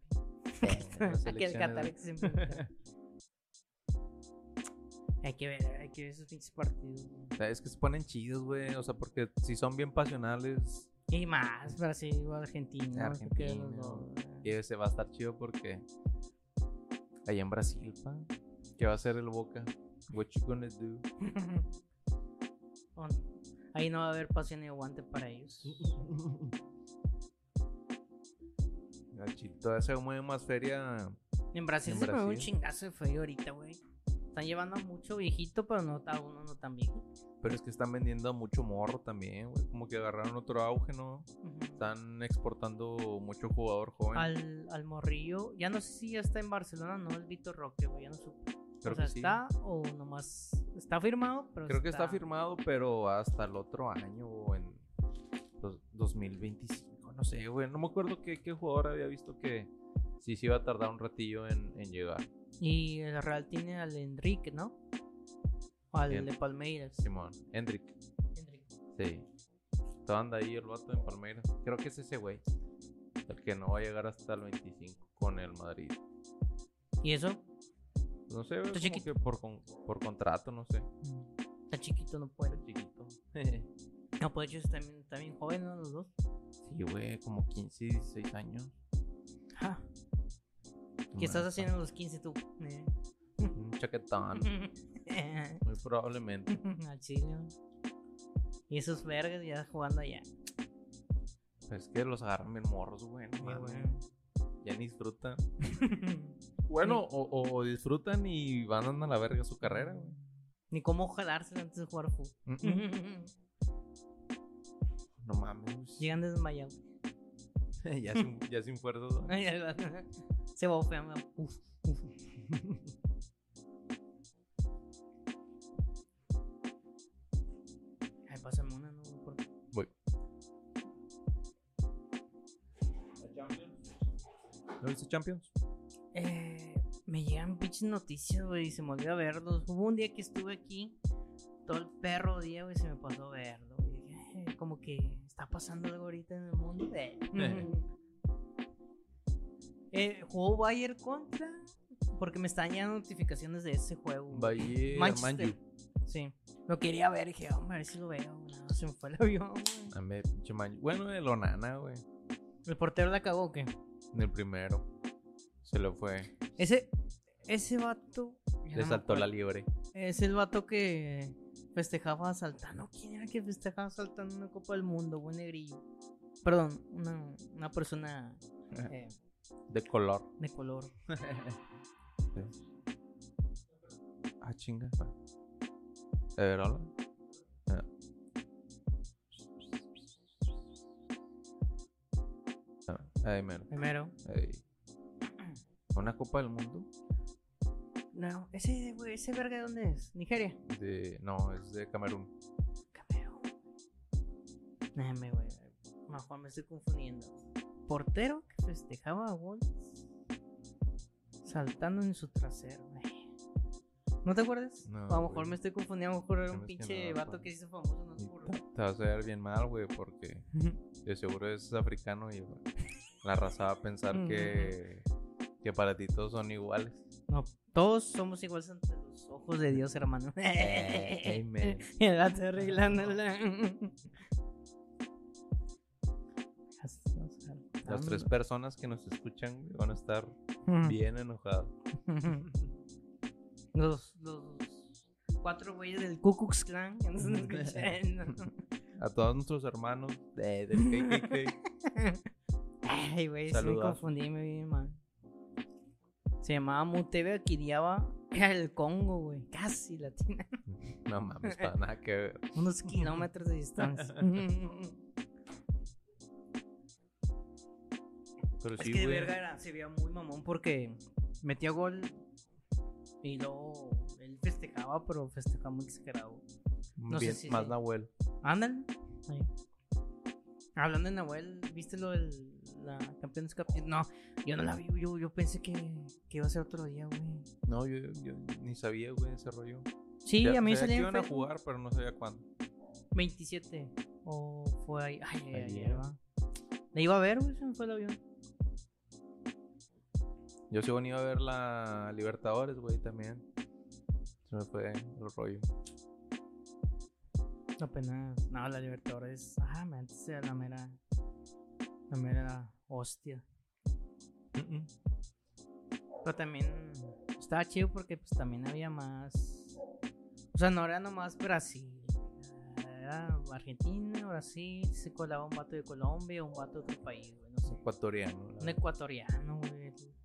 Speaker 2: Las
Speaker 1: Aquel
Speaker 2: selecciones,
Speaker 1: Qatar
Speaker 2: güey.
Speaker 1: que siempre invita. Hay que ver, hay que ver esos pinches partidos. güey.
Speaker 2: O sea, Es que se ponen chidos, güey. O sea, porque si son bien pasionales,
Speaker 1: Y más, Brasil o Argentina. ¿no? Creo que los
Speaker 2: Argentina,
Speaker 1: dos, ¿verdad?
Speaker 2: eh, se va a estar chido porque. Allá en Brasil, pa. ¿Qué va a hacer el Boca? What you gonna do?
Speaker 1: Bueno, Ahí no va a haber pasión ni aguante para ellos.
Speaker 2: Ah, chido. Todavía se mueve más feria.
Speaker 1: En Brasil
Speaker 2: En
Speaker 1: se me ve un
Speaker 2: Brasil.
Speaker 1: chingazo de feo ahorita, güey. Están llevando a mucho viejito, pero no a uno no tan viejo.
Speaker 2: Pero es que están vendiendo a mucho morro también, güey. Como que agarraron otro auge, ¿no?
Speaker 1: Ujú.
Speaker 2: Están exportando mucho jugador joven.
Speaker 1: al, al morrillo. Ya no sé si ya está en Barcelona, no el Vitor Roque, güey, ya no supe.
Speaker 2: Creo
Speaker 1: o sea,
Speaker 2: que sí.
Speaker 1: está o nomás está firmado, pero
Speaker 2: Creo que está firmado, pero hasta el otro año o en dos- 2025. No sé, güey. No me acuerdo qué, qué jugador había visto que sí se iba a tardar un ratillo en, en llegar.
Speaker 1: Y el Real tiene al Enrique, ¿no? O al
Speaker 2: Bien.
Speaker 1: de Palmeiras.
Speaker 2: Simón. Hendrick.
Speaker 1: Enrique.
Speaker 2: Sí. Todo anda ahí el vato en Palmeiras. Creo que es ese güey. El que no va a llegar hasta el 25 con el Madrid.
Speaker 1: ¿Y eso?
Speaker 2: No sé, güey.
Speaker 1: Está
Speaker 2: Como
Speaker 1: chiquito.
Speaker 2: que por, con- por contrato, no sé.
Speaker 1: mm, Está chiquito, no puede.
Speaker 2: Chiquito.
Speaker 1: No, pues de hecho también, está bien joven, ¿no? Los dos.
Speaker 2: Sí, güey, como 15, 16 años.
Speaker 1: Ja. ¿Qué estás haciendo a los 15 tú? Eh.
Speaker 2: Un chaquetón, muy probablemente. Ah,
Speaker 1: Al chile. güey. Y esos vergas ya jugando allá.
Speaker 2: Pues Es que los agarran bien morros, güey. no mames. Ya ni disfrutan.
Speaker 1: Bueno,
Speaker 2: Bueno, o, disfrutan y van a la verga su carrera, güey.
Speaker 1: Ni cómo jalársela antes de jugar fútbol.
Speaker 2: No mames.
Speaker 1: Llegan desmayados.
Speaker 2: ya, sin, ya sin fuerzas.
Speaker 1: Ay,
Speaker 2: güey.
Speaker 1: ay, ay. Se bofea. me- Uf, uf. Ay, pásame una, no por
Speaker 2: ¿No viste Champions?
Speaker 1: Eh, me llegan pinches noticias, güey, y se me olvidó verlos. Hubo un día que estuve aquí, todo el perro día, güey, se me pasó verlo, güey. Dije, "Eh, Como que está pasando algo ahorita en el mundo. güey". eh, jugó Bayern contra, porque me están llegando notificaciones de ese juego. güey.
Speaker 2: Valle
Speaker 1: Manchester.
Speaker 2: eh, Manju.
Speaker 1: Sí, lo quería ver, dije, "Hombre, a ver si lo veo. güey". No, se me fue el avión, güey.
Speaker 2: Amé, pinche Manju. Bueno, el Onana, güey.
Speaker 1: El portero la cagó, ¿o ¿qué?
Speaker 2: En el primero. Se lo fue.
Speaker 1: Ese, ese vato. ya
Speaker 2: Le
Speaker 1: no me
Speaker 2: saltó la
Speaker 1: acuerdo.
Speaker 2: liebre.
Speaker 1: Es el vato que festejaba saltando. ¿Quién era que festejaba saltando una Copa del Mundo? Un negrillo. Perdón, una, una persona
Speaker 2: Ah.
Speaker 1: eh,
Speaker 2: De color.
Speaker 1: de color.
Speaker 2: ah, chinga. ¿De verola? Ah. Ah, ahí mero.
Speaker 1: Primero.
Speaker 2: Ahí. Una Copa del Mundo.
Speaker 1: No, ese, güey, ese verga de dónde es? Nigeria.
Speaker 2: De, no, es de Camerún.
Speaker 1: Camerún. Nah, me, güey. Mejor me estoy confundiendo. Portero que festejaba goles saltando en su trasero. güey. ¿No te acuerdas?
Speaker 2: No,
Speaker 1: a lo mejor
Speaker 2: güey.
Speaker 1: me estoy confundiendo. A lo mejor era
Speaker 2: Se
Speaker 1: un
Speaker 2: me es que
Speaker 1: pinche
Speaker 2: no,
Speaker 1: vato
Speaker 2: güey.
Speaker 1: que se hizo famoso. No
Speaker 2: Y
Speaker 1: se
Speaker 2: te, te vas a ver bien mal, güey, porque de seguro es africano y la raza va a pensar que, que para ti todos son iguales.
Speaker 1: No, todos somos iguales ante los ojos de Dios, hermano.
Speaker 2: Eh, amen.
Speaker 1: Y el vato arreglándola.
Speaker 2: Las tres personas que nos escuchan güey, van a estar
Speaker 1: Mm.
Speaker 2: bien enojadas.
Speaker 1: Los, los cuatro güeyes del Ku Klux Klan que nos están escuchando.
Speaker 2: A todos nuestros hermanos de, del KKK.
Speaker 1: Ay, güey, sí me
Speaker 2: Saludazo.
Speaker 1: confundí, me vi mal. Se llamaba Mutebe Akiriaba, era el Congo, güey, casi latina.
Speaker 2: No mames, para nada que ver.
Speaker 1: Unos kilómetros de distancia.
Speaker 2: Pero
Speaker 1: Es
Speaker 2: sí,
Speaker 1: que de
Speaker 2: güey.
Speaker 1: verga era- se veía muy mamón porque metía gol y luego él festejaba, pero festejaba muy exagerado. no sé
Speaker 2: Bien,
Speaker 1: si-
Speaker 2: más
Speaker 1: sí.
Speaker 2: Nahuel.
Speaker 1: Ándale. Ahí. Hablando de Nahuel, ¿viste lo del la Campeones Cup? No, yo no la vi, yo, yo pensé que, que iba a ser otro día, güey.
Speaker 2: No, yo, yo ni sabía, güey, ese rollo.
Speaker 1: Sí,
Speaker 2: Ya
Speaker 1: a mí
Speaker 2: sabía que
Speaker 1: salía en
Speaker 2: iban a
Speaker 1: Facebook
Speaker 2: jugar, pero no sabía cuándo.
Speaker 1: 27. O fue ahí. Ay, ay, ayer,
Speaker 2: Ayer.
Speaker 1: va. La iba a ver, güey, se me fue el avión.
Speaker 2: Yo según iba a ver la Libertadores, güey, también. Se me fue el rollo.
Speaker 1: Apenas. No, pues la Libertadores. Ah, me antes era la mera. La mera hostia. Pero también estaba chido porque pues también había más. O sea, no era nomás Brasil. Era Argentina, Brasil. Se colaba un vato de Colombia, un vato de otro país, güey. No sé.
Speaker 2: Ecuatoriano. la
Speaker 1: Un
Speaker 2: verdad.
Speaker 1: ecuatoriano, güey. el-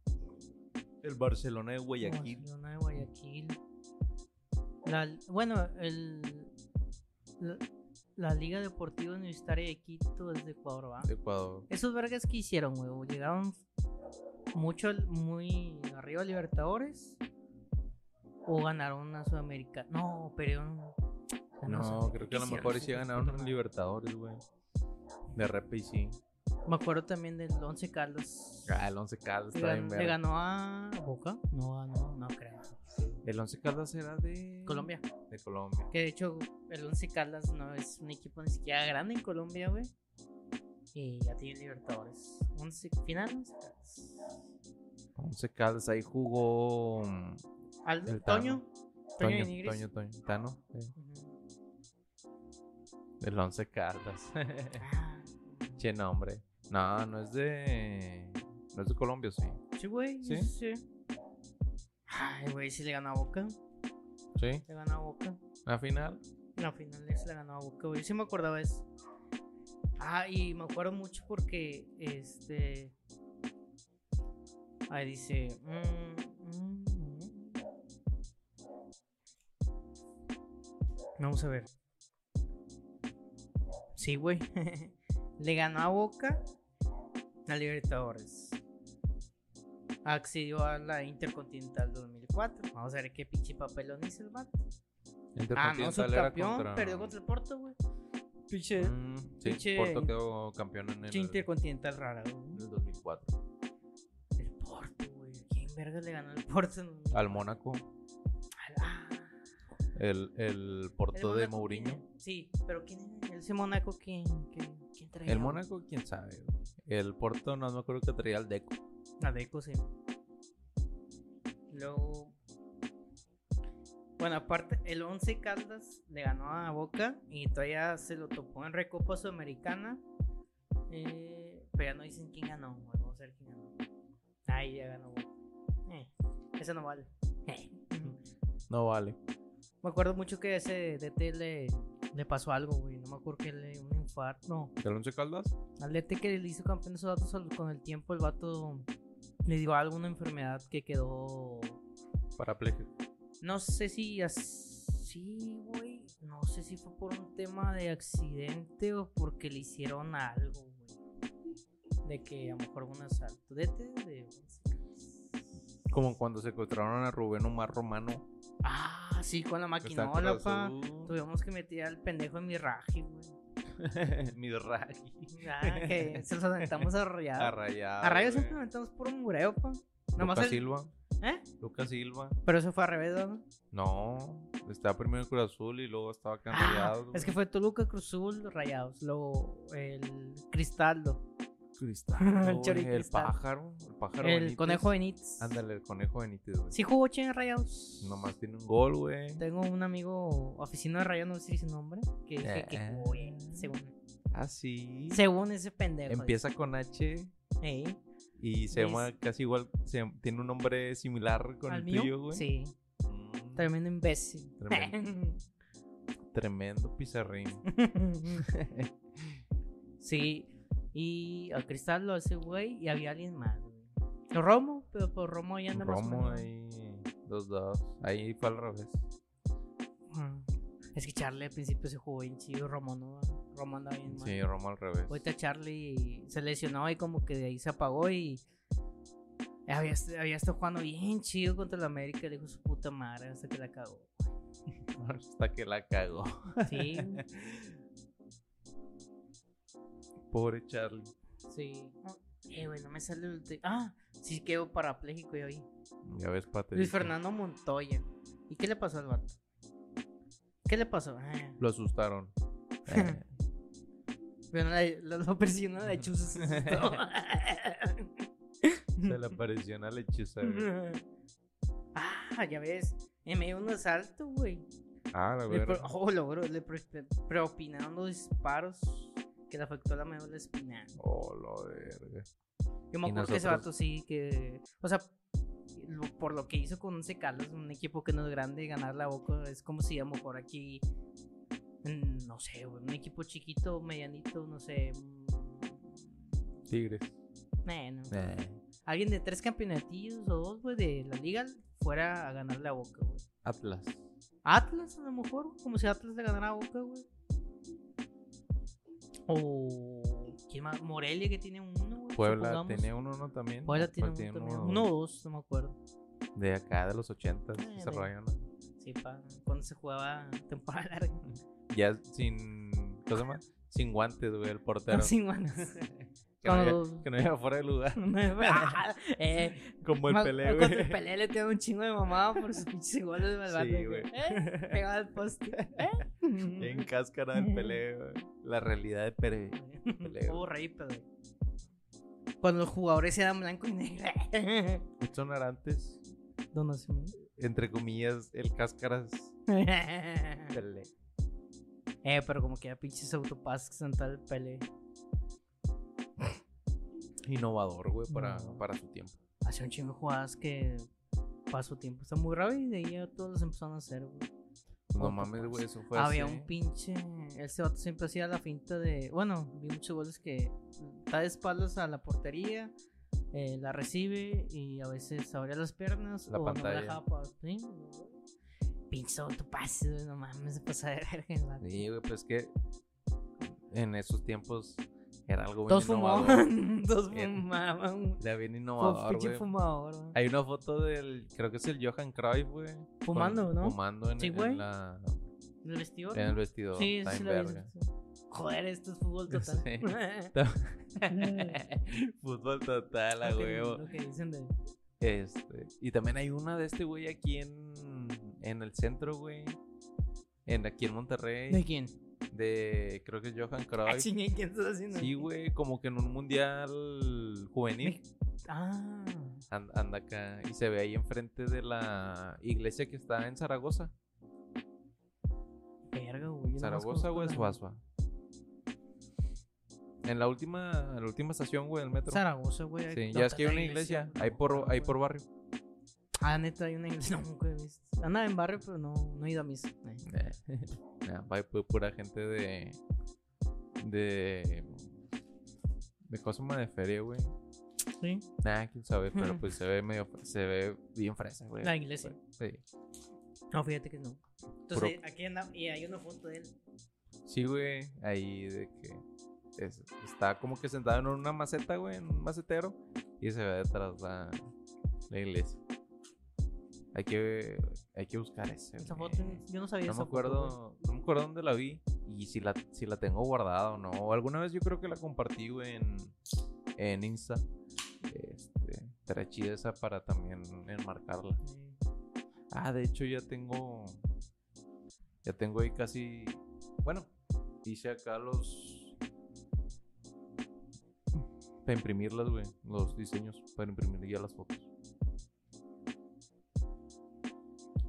Speaker 2: El Barcelona de Guayaquil.
Speaker 1: Barcelona de Guayaquil. La- bueno, el, la, la Liga Deportiva Universitaria de Quito es de Ecuador, ¿va?
Speaker 2: de Ecuador.
Speaker 1: Esos vergas que hicieron, güey, o llegaron mucho, al- muy arriba a Libertadores o ganaron una Sudamericana. No, perdieron. ganó
Speaker 2: No,
Speaker 1: Sudamericana.
Speaker 2: creo que a lo
Speaker 1: Hicieron
Speaker 2: mejor
Speaker 1: su
Speaker 2: sí ganaron
Speaker 1: puta
Speaker 2: un
Speaker 1: madre.
Speaker 2: Libertadores, güey. De repe y sí.
Speaker 1: Me acuerdo también del Once Carlos.
Speaker 2: Ah, el Once Caldas
Speaker 1: Le
Speaker 2: está bien
Speaker 1: gan-
Speaker 2: verga.
Speaker 1: le ganó a Boca. No, no, no creo.
Speaker 2: El Once Caldas era de...
Speaker 1: Colombia.
Speaker 2: De Colombia.
Speaker 1: Que de hecho, el Once Caldas no es un equipo ni siquiera grande en Colombia, güey. Y ya tiene Libertadores. Once, final, Once Caldas.
Speaker 2: Once Caldas, ahí jugó... mm,
Speaker 1: Al-
Speaker 2: El
Speaker 1: Toño. Toño,
Speaker 2: Toño,
Speaker 1: de Nigris.
Speaker 2: Toño, Toño. Tano. sí.
Speaker 1: Ujú.
Speaker 2: El Once Caldas.
Speaker 1: Ah,
Speaker 2: che nombre. No, no es de... No es de Colombia, sí.
Speaker 1: Sí, güey.
Speaker 2: ¿Sí?
Speaker 1: Sí, sí. Ay, güey, sí le ganó a Boca.
Speaker 2: ¿Sí?
Speaker 1: Le ganó a Boca.
Speaker 2: La final.
Speaker 1: La final se la ganó a Boca, güey. Sí me acordaba de eso. Ah, y me acuerdo mucho porque, este... Ahí dice... mm, mm, mm. Vamos a ver. Sí, güey. Le ganó a Boca a Libertadores. Accedió a la Intercontinental 2004. Vamos a ver qué pinche papelón hizo el vato. Ah, no,
Speaker 2: Intercontinental era
Speaker 1: subcampeón.
Speaker 2: contra-
Speaker 1: Perdió contra el Porto, güey. Pinche...
Speaker 2: Mm, sí,
Speaker 1: pinche-
Speaker 2: Porto quedó campeón en el,
Speaker 1: Pinche Intercontinental rara,
Speaker 2: en
Speaker 1: güey.
Speaker 2: el 2004.
Speaker 1: El Porto, güey. ¿Quién verga le ganó el Porto? en un-
Speaker 2: Al Mónaco,
Speaker 1: Ah,
Speaker 2: el, el
Speaker 1: el
Speaker 2: Porto de
Speaker 1: Mónaco,
Speaker 2: Mourinho.
Speaker 1: ¿quién era? Sí, pero ¿quién era? Ese Mónaco, ¿quién, quién, quién traía?
Speaker 2: El Mónaco, quién sabe. güey. El Porto, no me acuerdo que traía al Deco.
Speaker 1: A Deco, sí. Luego. Bueno, aparte, el 11 Caldas le ganó a Boca y todavía se lo topó en Recopa Sudamericana. Eh, pero ya no dicen quién ganó, güey, Vamos a ver quién ganó. Ahí ya ganó Boca. Eh, eso no vale. Eh,
Speaker 2: No vale.
Speaker 1: me acuerdo mucho que ese DT le, le pasó algo, güey. No me acuerdo que le un infarto. No,
Speaker 2: ¿El Once Caldas?
Speaker 1: al DT que le hizo campeón de esos datos al- con el tiempo, el vato le dio alguna enfermedad que quedó
Speaker 2: Parapléjico.
Speaker 1: No sé si así, güey. No sé si fue por un tema de accidente o porque le hicieron algo, güey. De que a lo mejor un asalto. Dete de.
Speaker 2: Como cuando secuestraron a Rubén Omar Romano.
Speaker 1: Ah, sí, con la
Speaker 2: que está uh.
Speaker 1: maquinola, pa.
Speaker 2: corazón.
Speaker 1: Tuvimos que meter al pendejo en mi raji, güey.
Speaker 2: Mi rayo.
Speaker 1: Ah, que se los aventamos a rayar.
Speaker 2: A rayado.
Speaker 1: A rayos
Speaker 2: güey.
Speaker 1: siempre aventamos puro mureo, pa. Nomás
Speaker 2: Lucas
Speaker 1: el-
Speaker 2: Silva.
Speaker 1: ¿Eh?
Speaker 2: Lucas Silva.
Speaker 1: Pero eso fue al revés, ¿no?
Speaker 2: No. Estaba primero en Cruz Azul y luego estaba acá en
Speaker 1: Ah,
Speaker 2: Rayados,
Speaker 1: es que
Speaker 2: güey.
Speaker 1: fue Toluca, Cruzul, Rayados. Luego el Cristaldo.
Speaker 2: Cristaldo,
Speaker 1: El
Speaker 2: güey,
Speaker 1: Chori
Speaker 2: el,
Speaker 1: Cristal.
Speaker 2: pájaro. El pájaro.
Speaker 1: El
Speaker 2: Benítez.
Speaker 1: conejo Benítez.
Speaker 2: Ándale, el conejo Benítez, güey.
Speaker 1: Sí jugó Chen en Rayados.
Speaker 2: Nomás tiene un gol, güey.
Speaker 1: Tengo un amigo oficina de Rayados, no sé si dice nombre, que dije que
Speaker 2: Eh.
Speaker 1: jugó bien, según,
Speaker 2: Ah, sí.
Speaker 1: según ese pendejo.
Speaker 2: Empieza con H
Speaker 1: Ey,
Speaker 2: y se
Speaker 1: ¿Ves?
Speaker 2: llama casi igual. se- tiene un nombre similar con
Speaker 1: ¿Al
Speaker 2: el
Speaker 1: mío?
Speaker 2: tuyo, güey.
Speaker 1: Sí,
Speaker 2: Mm,
Speaker 1: tremendo imbécil.
Speaker 2: Tremendo. tremendo pizarrín.
Speaker 1: sí, y a Cristal lo hace güey y había alguien más. güey. Lo Romo, pero por Romo ya anda
Speaker 2: Romo
Speaker 1: más. o menos.
Speaker 2: ahí, dos, dos. Ahí fue al revés.
Speaker 1: Ah. Es que Charlie al principio se jugó bien chido, Romo no. Romo anda bien mal.
Speaker 2: Sí, Romo al revés.
Speaker 1: Ahorita Charlie se lesionó y como que de ahí se apagó y había, había estado jugando bien chido contra el América, le dijo su puta madre hasta que la cagó.
Speaker 2: Hasta que la cagó.
Speaker 1: Sí,
Speaker 2: Pobre Charlie.
Speaker 1: sí. Eh, güey, no me sale el... te- Ah, sí quedó parapléjico ya vi.
Speaker 2: Ya ves, Pate.
Speaker 1: Luis
Speaker 2: dijo.
Speaker 1: Fernando Montoya. ¿Y qué le pasó al vato? ¿Qué le pasó? Ah,
Speaker 2: Lo asustaron. Eh,
Speaker 1: vieron la- lo, lo persiguió una lechuza. se asustó.
Speaker 2: se le apareció una lechuza. güey.
Speaker 1: Ah, ya ves. Eh, Me dio un asalto, güey.
Speaker 2: Ah, la
Speaker 1: Le, pro-
Speaker 2: verdad.
Speaker 1: oh, logró, le pro- propinaron dos disparos que le afectó la médula espinal.
Speaker 2: Oh, la verga.
Speaker 1: Yo me
Speaker 2: ¿Y
Speaker 1: acuerdo que ese
Speaker 2: nosotros?
Speaker 1: vato sí que. O sea, lo- por lo que hizo con Once Caldas, un equipo que no es grande, ganar la boca es como si a lo mejor aquí. mm, No sé, güey, un equipo chiquito, medianito, no sé. mm,
Speaker 2: Tigres.
Speaker 1: eh, no. Alguien de tres campeonatillos o dos, güey, de la liga fuera a ganar la boca, güey.
Speaker 2: Atlas.
Speaker 1: Atlas, a lo mejor, güey, como si Atlas le ganara a Boca, güey. O. ¿Quién más? Morelia, que tiene uno, güey.
Speaker 2: Puebla
Speaker 1: supongamos.
Speaker 2: tenía uno, ¿no? También.
Speaker 1: Puebla
Speaker 2: ¿O
Speaker 1: tiene
Speaker 2: cuál
Speaker 1: uno también.
Speaker 2: uno?
Speaker 1: Uno o dos, no me acuerdo.
Speaker 2: De acá, de los 80.
Speaker 1: Ah,
Speaker 2: que se
Speaker 1: de-
Speaker 2: rayan.
Speaker 1: Sí, pa, cuando se jugaba temporada larga.
Speaker 2: Ya sin. ¿Cómo se llama? Sin guantes, güey, el portero.
Speaker 1: Sin guanas.
Speaker 2: Que, no
Speaker 1: Cuando-
Speaker 2: haya, que no haya fuera de lugar.
Speaker 1: eh,
Speaker 2: Como
Speaker 1: ma-
Speaker 2: el Pelé,
Speaker 1: cuando el
Speaker 2: güey.
Speaker 1: Pelé le tiene un chingo de mamada por sus pinches goles del vato,
Speaker 2: Sí,
Speaker 1: que,
Speaker 2: güey.
Speaker 1: Eh, pegado al poste.
Speaker 2: En
Speaker 1: Eh.
Speaker 2: cáscara del Pelé, güey. La realidad de Pelé. Pelé,
Speaker 1: Hubo rape, güey. Cuando los jugadores eran blanco y negro.
Speaker 2: Hudson Arantes,
Speaker 1: Don Osimhen.
Speaker 2: entre comillas, el cáscaras Pelé.
Speaker 1: Eh, pero como que era pinches autopass que sentaba el Pele.
Speaker 2: Innovador, güey, para,
Speaker 1: No.
Speaker 2: para su tiempo.
Speaker 1: Hacía un chingo de jugadas que pasó tiempo. Está muy raro y de ahí ya todos los empezaron a hacer, güey.
Speaker 2: No
Speaker 1: Otro,
Speaker 2: mames,
Speaker 1: pues.
Speaker 2: güey, eso fue
Speaker 1: Había
Speaker 2: hace-
Speaker 1: un pinche. Ese vato siempre hacía la finta de. Bueno, vi muchos goles que está de espaldas a la portería, eh, la recibe y a veces abría las piernas o
Speaker 2: La
Speaker 1: no
Speaker 2: pantalla.
Speaker 1: me dejaba para. ¿sí? Pinche tu pase, güey, no mames, se pasa de verga el vato.
Speaker 2: Sí, güey, pues que en esos tiempos era algo bien
Speaker 1: Dos
Speaker 2: innovador. Eh,
Speaker 1: fumaban, dos
Speaker 2: Era-
Speaker 1: fumaban. güey.
Speaker 2: Era bien
Speaker 1: Fue
Speaker 2: innovador,
Speaker 1: pinche
Speaker 2: güey.
Speaker 1: fumador. güey.
Speaker 2: Hay una foto del, creo que es el Johan Cruyff, güey. con-
Speaker 1: Fumando, ¿no?
Speaker 2: Fumando en,
Speaker 1: Sí,
Speaker 2: en
Speaker 1: güey.
Speaker 2: la-
Speaker 1: ¿El vestidor?
Speaker 2: en el vestidor.
Speaker 1: Sí,
Speaker 2: está
Speaker 1: sí, sí,
Speaker 2: en
Speaker 1: lo vi,
Speaker 2: verga.
Speaker 1: sí, sí. Joder, esto es fútbol total.
Speaker 2: Sí.
Speaker 1: Lo
Speaker 2: Fútbol total, a
Speaker 1: que-
Speaker 2: huevo.
Speaker 1: Lo que dicen de.
Speaker 2: Este, y también hay una de este güey aquí en, en el centro, güey. En, aquí en Monterrey.
Speaker 1: ¿De quién?
Speaker 2: de creo que es Johan
Speaker 1: Ah,
Speaker 2: Cruyff.
Speaker 1: chingue, ¿quién estás haciendo?
Speaker 2: Sí, güey, como que en un mundial juvenil
Speaker 1: Ah,
Speaker 2: an- anda acá y se ve ahí enfrente de la iglesia que está en Zaragoza.
Speaker 1: verga, güey. yo nomás
Speaker 2: Zaragoza,
Speaker 1: conozco
Speaker 2: güey,
Speaker 1: la-
Speaker 2: Suazua. En la última, en la última estación, güey, del metro.
Speaker 1: Zaragoza, güey.
Speaker 2: Sí,
Speaker 1: hay-
Speaker 2: ya es que hay una
Speaker 1: tanta
Speaker 2: iglesia,
Speaker 1: güey.
Speaker 2: ahí por, ahí por barrio.
Speaker 1: Ah, neta, hay una iglesia. Nunca he visto. Anda en barrio, pero no, no he ido a misa. Eh.
Speaker 2: Nah, va pu- pura gente de. De. De Cosma de feria, güey.
Speaker 1: Sí.
Speaker 2: Nah, quién sabe, pero
Speaker 1: Ujú.
Speaker 2: pues se ve medio. Se ve bien fresa, güey.
Speaker 1: La iglesia.
Speaker 2: Sí.
Speaker 1: No, fíjate que no. Entonces,
Speaker 2: Puro-
Speaker 1: aquí anda. Y hay una foto de él.
Speaker 2: Sí, güey. Ahí de que. es- está como que sentado en una maceta, güey, en un macetero. Y se ve detrás la, la iglesia. Hay que, hay que buscar ese.
Speaker 1: Esa
Speaker 2: güey.
Speaker 1: foto, yo no sabía
Speaker 2: No
Speaker 1: esa
Speaker 2: me
Speaker 1: foto.
Speaker 2: acuerdo, no me acuerdo dónde la vi y si la, si la tengo guardada o no. Alguna vez yo creo que la compartí güey, en, en Insta. Este, estaría chida esa para también enmarcarla.
Speaker 1: güey. Sí.
Speaker 2: Ah, de hecho ya tengo, ya tengo ahí casi, bueno, hice acá los, para imprimirlas, güey, los diseños, para imprimir ya las fotos.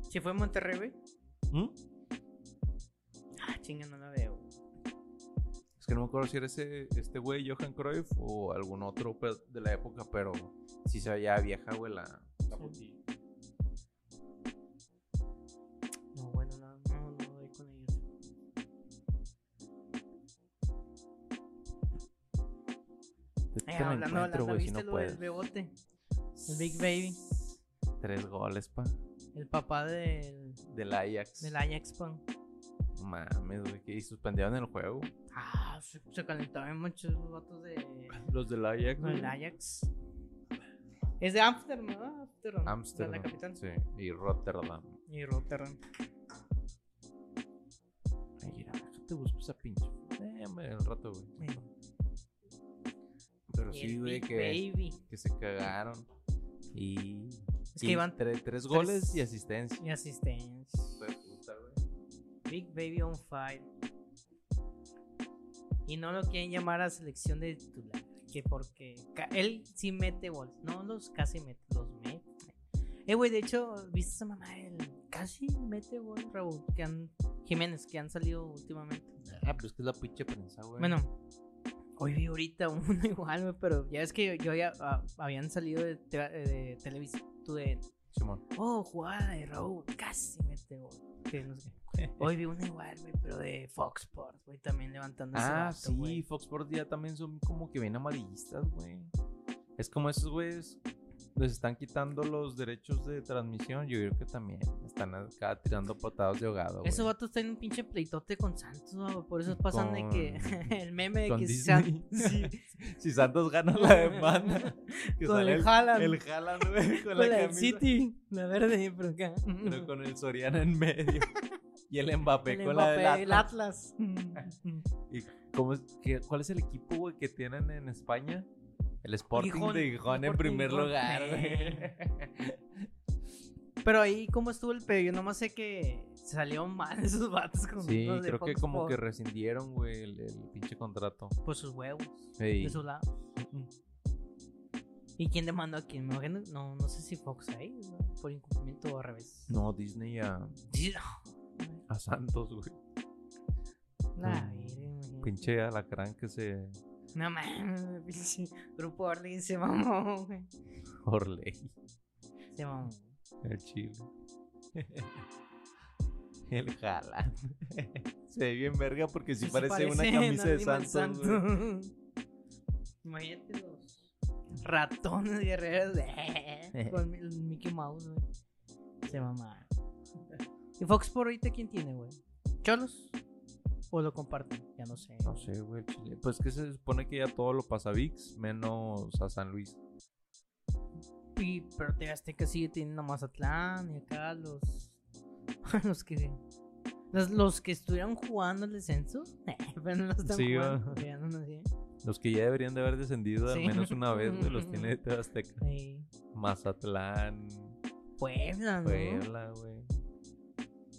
Speaker 1: ¿Sí fue en Monterrey, güey?
Speaker 2: ¿Mm?
Speaker 1: Ah, chinga, no la veo.
Speaker 2: Es que no me acuerdo si era ese, este güey, Johan Cruyff, o algún otro pe- de la época, pero sí se veía vieja, güey, la, la fotilla.
Speaker 1: No, bueno, no, no, no doy con ellos.
Speaker 2: Te-
Speaker 1: Eh,
Speaker 2: te la
Speaker 1: hablando,
Speaker 2: encuentro,
Speaker 1: hablando,
Speaker 2: güey, si
Speaker 1: ¿viste
Speaker 2: no
Speaker 1: lo del
Speaker 2: puedes.
Speaker 1: bebote? el Big Baby.
Speaker 2: Tres goles, pa.
Speaker 1: El papá del,
Speaker 2: Del Ajax.
Speaker 1: del Ajax, pan.
Speaker 2: No Mames, güey, que y suspendieron el juego.
Speaker 1: Ah, se, se calentaban muchos los vatos de,
Speaker 2: Los del Ajax.
Speaker 1: del Ajax. Es de Amsterdam, ¿no? Amsterdam.
Speaker 2: Amsterdam.
Speaker 1: De la capital.
Speaker 2: Sí, y Rotterdam.
Speaker 1: Y Rotterdam.
Speaker 2: Ay, mira, te busco esa pinche. Eh, hombre, el rato, güey.
Speaker 1: Eh.
Speaker 2: Pero
Speaker 1: Y
Speaker 2: sí,
Speaker 1: el
Speaker 2: güey,
Speaker 1: Big
Speaker 2: que,
Speaker 1: Baby.
Speaker 2: que se cagaron. Y.
Speaker 1: Es que iban
Speaker 2: tres, tres goles y asistencia.
Speaker 1: y asistencia. Big Baby on fire. Y no lo quieren llamar a selección de titular. Que porque ca- él sí mete goles. No los casi mete, los mete. Eh, güey, de hecho, ¿viste esa mamá? El casi mete gol, Raúl. Que han, Jiménez, que han salido últimamente.
Speaker 2: Ah, pero es que es la pinche prensa, güey.
Speaker 1: Bueno, hoy vi ahorita uno igual, güey, pero ya es que yo ya ah, habían salido de, te- de televisión. de,
Speaker 2: Simón.
Speaker 1: oh, jugada de Raúl, casi mete gol. Que no sé qué. Hoy vi una igual, güey, pero de Fox Sports, güey, también levantando ese
Speaker 2: ah,
Speaker 1: vato,
Speaker 2: sí,
Speaker 1: güey.
Speaker 2: Fox Sports ya también son como que bien amarillistas, güey. Es como esos güeyes les están quitando los derechos de transmisión. Yo creo que también están acá tirando patadas de ahogado. güey.
Speaker 1: Esos vatos tienen un pinche pleitote con Santos, ¿no? por eso pasan de
Speaker 2: Con-
Speaker 1: que el meme de
Speaker 2: con
Speaker 1: que
Speaker 2: Disney.
Speaker 1: San- sí,
Speaker 2: Si Santos gana la demanda, que
Speaker 1: Con
Speaker 2: sale
Speaker 1: el
Speaker 2: el
Speaker 1: Haaland.
Speaker 2: El Haaland, güey, con
Speaker 1: con
Speaker 2: la
Speaker 1: la del
Speaker 2: camisa,
Speaker 1: City, la verde, por acá.
Speaker 2: Pero con el Soriana en medio. Y el Mbappé
Speaker 1: El
Speaker 2: con la
Speaker 1: Mbappé,
Speaker 2: del Atlas.
Speaker 1: el Atlas.
Speaker 2: ¿Cómo es- qué- ¿Cuál es el equipo, güey, que tienen en España? El Sporting
Speaker 1: Gijón,
Speaker 2: de Gijón en
Speaker 1: Sporting
Speaker 2: primer
Speaker 1: Gijón.
Speaker 2: lugar, güey.
Speaker 1: Pero ahí, ¿cómo estuvo el pedo? Yo nomás sé que salieron mal esos vatos con
Speaker 2: Sí,
Speaker 1: los de
Speaker 2: creo que
Speaker 1: Fox
Speaker 2: como que
Speaker 1: Sports.
Speaker 2: rescindieron, güey, el, el pinche contrato.
Speaker 1: Por sus huevos,
Speaker 2: Ey.
Speaker 1: de su lado. ¿Y quién demandó a quién? Me imagino- no, no sé si Fox ahí, ¿no? por incumplimiento o al revés.
Speaker 2: No, Disney a,
Speaker 1: Sí,
Speaker 2: a Santos, güey.
Speaker 1: no. La
Speaker 2: Mm.
Speaker 1: verga, imagínate.
Speaker 2: Pinche alacrán que se...
Speaker 1: No mames, pinche Grupo Orly se mamó, güey.
Speaker 2: Orley,
Speaker 1: Se mamó.
Speaker 2: el chile. El Haaland. Se ve bien verga porque sí,
Speaker 1: Sí
Speaker 2: parece, una camisa de Santos. güey.
Speaker 1: Imagínate los ratones guerreros de- con el Mickey Mouse, güey. Se mamaron. ¿Y Fox por ahorita quién tiene, güey? ¿Cholos? ¿O lo comparten? Ya no sé.
Speaker 2: No sé, güey, al chile. Pues que se supone que ya todo lo pasa a VIX, menos a San Luis.
Speaker 1: Y, pero te Azteca sigue teniendo a Mazatlán y acá los. los que. Los, los que estuvieron jugando el descenso. Pero no lo están
Speaker 2: Sí, va.
Speaker 1: jugando. Ya no, no sé.
Speaker 2: Los que ya deberían de haber descendido
Speaker 1: Sí.
Speaker 2: al menos una vez, güey, los tiene de TV Azteca.
Speaker 1: Ahí.
Speaker 2: Mazatlán,
Speaker 1: Puebla, ¿no?
Speaker 2: Puebla, güey.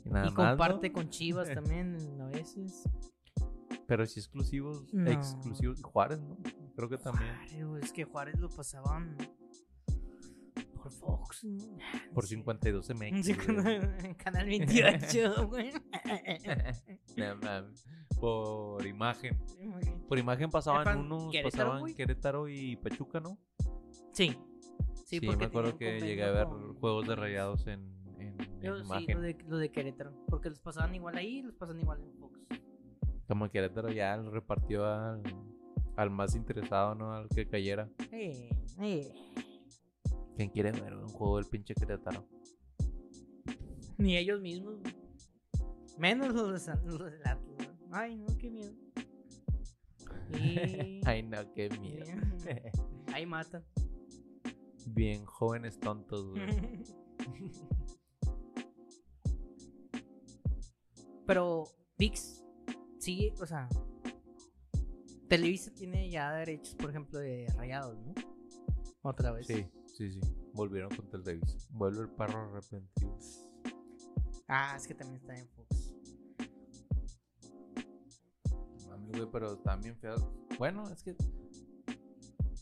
Speaker 2: Y nada
Speaker 1: y
Speaker 2: más,
Speaker 1: comparte
Speaker 2: ¿no?
Speaker 1: con Chivas también a veces.
Speaker 2: Pero sí exclusivos,
Speaker 1: No.
Speaker 2: exclusivos. Juárez, ¿no? Creo que también.
Speaker 1: Juárez, güey, es que Juárez lo pasaban por Fox. ¿no?
Speaker 2: Por
Speaker 1: Sí.
Speaker 2: 52 MX.
Speaker 1: Sí,
Speaker 2: güey.
Speaker 1: con- Canal 28, güey.
Speaker 2: No mames. Por imagen.
Speaker 1: Ok.
Speaker 2: Por imagen pasaban
Speaker 1: Epan-
Speaker 2: unos,
Speaker 1: Querétaro,
Speaker 2: pasaban
Speaker 1: güey.
Speaker 2: Querétaro y Pachuca, ¿no?
Speaker 1: Sí.
Speaker 2: Sí,
Speaker 1: Sí, porque
Speaker 2: me acuerdo
Speaker 1: tenían
Speaker 2: que
Speaker 1: convenio
Speaker 2: llegué a ver
Speaker 1: con-
Speaker 2: juegos de
Speaker 1: con-
Speaker 2: rayados en, en, en
Speaker 1: Yo sí,
Speaker 2: imagen.
Speaker 1: lo de, lo de Querétaro. Porque los pasaban igual ahí y los pasan igual en Fox.
Speaker 2: Como Querétaro ya lo repartió al, al más interesado, ¿no? Al que cayera.
Speaker 1: Eh, eh.
Speaker 2: ¿Quién quiere ver un juego del pinche Querétaro?
Speaker 1: Ni ellos mismos. güey. Menos los de San- los del Atlas. Ay, no, qué miedo. Y...
Speaker 2: Ay, no, qué miedo.
Speaker 1: Bien. Ahí matan.
Speaker 2: Bien jóvenes tontos, güey.
Speaker 1: Pero VIX sigue, o sea, Televisa tiene ya derechos, por ejemplo, de rayados, ¿no? Otra vez.
Speaker 2: Sí, sí, sí. Volvieron con Televisa. Vuelve el perro arrepentido.
Speaker 1: Ah, es que también está en Fox.
Speaker 2: Mami, güey, pero están bien feas. Bueno, es que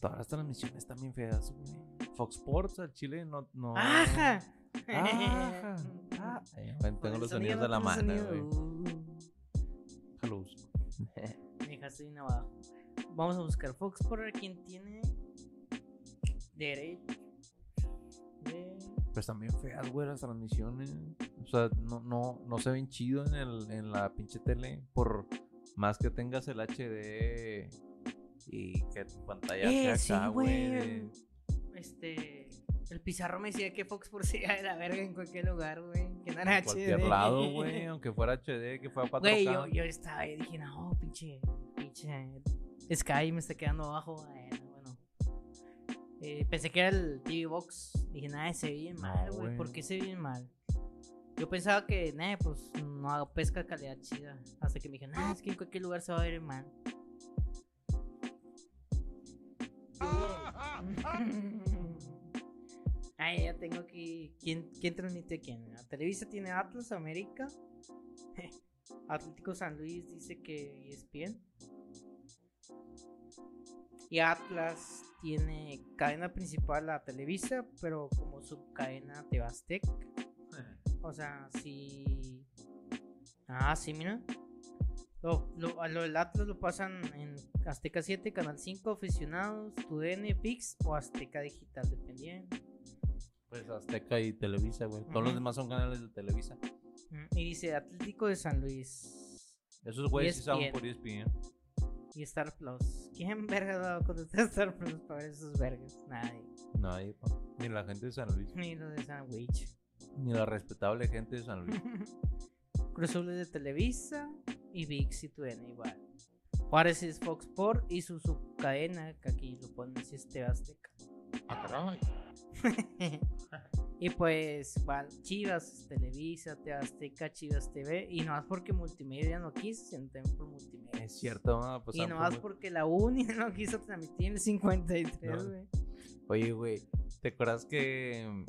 Speaker 2: todas las transmisiones están bien feas, güey. Fox Sports al Chile no. no...
Speaker 1: ¡Ajá!
Speaker 2: ¡Ajá! Ah, eh, bueno,
Speaker 1: Con
Speaker 2: tengo
Speaker 1: el
Speaker 2: los
Speaker 1: sonido,
Speaker 2: sonidos de la
Speaker 1: con el
Speaker 2: mano,
Speaker 1: sonido.
Speaker 2: güey. Déjalo busco.
Speaker 1: Uh, Me dejaste bien abajo. Vamos a buscar Fox por ver quién tiene derecho de...
Speaker 2: Pero están bien feas, güey, las transmisiones. O sea, no, no, no se ven chido en, el, en la pinche tele. Por más que tengas el HD y que tu pantalla
Speaker 1: Eh,
Speaker 2: sea
Speaker 1: sí,
Speaker 2: acá,
Speaker 1: güey.
Speaker 2: güey.
Speaker 1: Este. El pizarro me decía que Fox por si era de la verga en cualquier lugar, güey. Que no era
Speaker 2: En cualquier
Speaker 1: HD.
Speaker 2: lado, güey. Aunque fuera HD, que fuera 4K.
Speaker 1: Güey, yo, yo estaba ahí y dije, no, pinche. Pinche. Sky me está quedando abajo. eh, no, bueno. Eh, pensé que era el TV Box. Dije, nada, se ve bien
Speaker 2: No,
Speaker 1: mal, güey.
Speaker 2: güey.
Speaker 1: ¿Por qué se ve bien mal? Yo pensaba que, nada, pues no hago pesca de calidad chida. Hasta que me dijeron, no, es que en cualquier lugar se va a ver mal. Ay, ya tengo aquí. ¿Quién, quién transmite a quién? Mira, Televisa tiene Atlas América. Atlético San Luis dice que E ESPN. Y Atlas tiene cadena principal a Televisa, pero como subcadena Tebastec. O sea, sí. Ah, sí, mira. Lo, lo- a lo del Atlas lo pasan en Azteca 7, Canal 5, Aficionados, TUDN, VIX o Azteca Digital, dependiendo.
Speaker 2: Pues Azteca y Televisa, güey. Todos los
Speaker 1: Ujú.
Speaker 2: demás son canales de Televisa.
Speaker 1: Mm, Y dice Atlético de San Luis
Speaker 2: Esos güeyes sí saben
Speaker 1: ESPN.
Speaker 2: por E ESPN.
Speaker 1: y Star Plus. ¿Quién verga va a contestar Star Plus para ver esos vergas? Nadie.
Speaker 2: Nadie, pa. Ni la gente de San Luis.
Speaker 1: Ni los de Sandwich.
Speaker 2: Ni la respetable gente de San Luis.
Speaker 1: Cruz Azul es de Televisa y VIX y TUDN igual. Juárez es Fox Sport y su subcadena, que aquí lo ponen si es TV Azteca. y pues va Chivas, Televisa, TV Azteca, Chivas TV. Y no más porque Multimedia ya no quiso, se entran por Multimedia.
Speaker 2: es cierto, ah, pues,
Speaker 1: y
Speaker 2: han
Speaker 1: no más
Speaker 2: promo-
Speaker 1: porque la UNI no quiso transmitir en el 53,
Speaker 2: No.
Speaker 1: güey.
Speaker 2: Oye, güey, ¿te acuerdas que mm,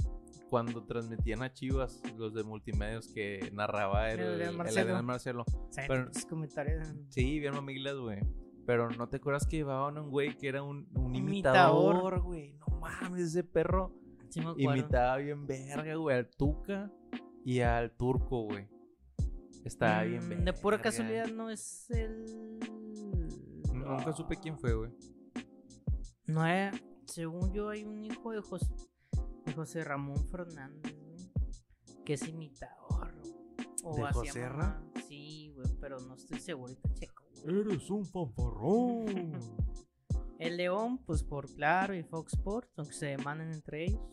Speaker 2: cuando transmitían a Chivas, los de multimedios que narraba el,
Speaker 1: El Adrián
Speaker 2: el
Speaker 1: Marcelo.
Speaker 2: Adrián Marcelo?
Speaker 1: O sea,
Speaker 2: Pero-
Speaker 1: los comentarios.
Speaker 2: Sí, bien mamilas, güey. Pero no te acuerdas que llevaban a un güey que era un, un
Speaker 1: Imitador.
Speaker 2: imitador, güey. No mames, ese perro
Speaker 1: Sí me acuerdo.
Speaker 2: imitaba bien verga, güey, al Tuca y al Turco, güey. Estaba bien
Speaker 1: Mm,
Speaker 2: verga.
Speaker 1: De pura casualidad no es el.
Speaker 2: Nunca supe quién fue, güey.
Speaker 1: No era. Según yo, hay un hijo de José, de José Ramón Fernández, güey, que es imitador. güey. o
Speaker 2: ¿De
Speaker 1: hacía
Speaker 2: Joserra?
Speaker 1: mamá. Sí, güey, pero no estoy seguro. Ahorita checo. güey.
Speaker 2: Eres un fanfarrón.
Speaker 1: El León, pues por Claro y Fox Sports, aunque se demanden entre ellos.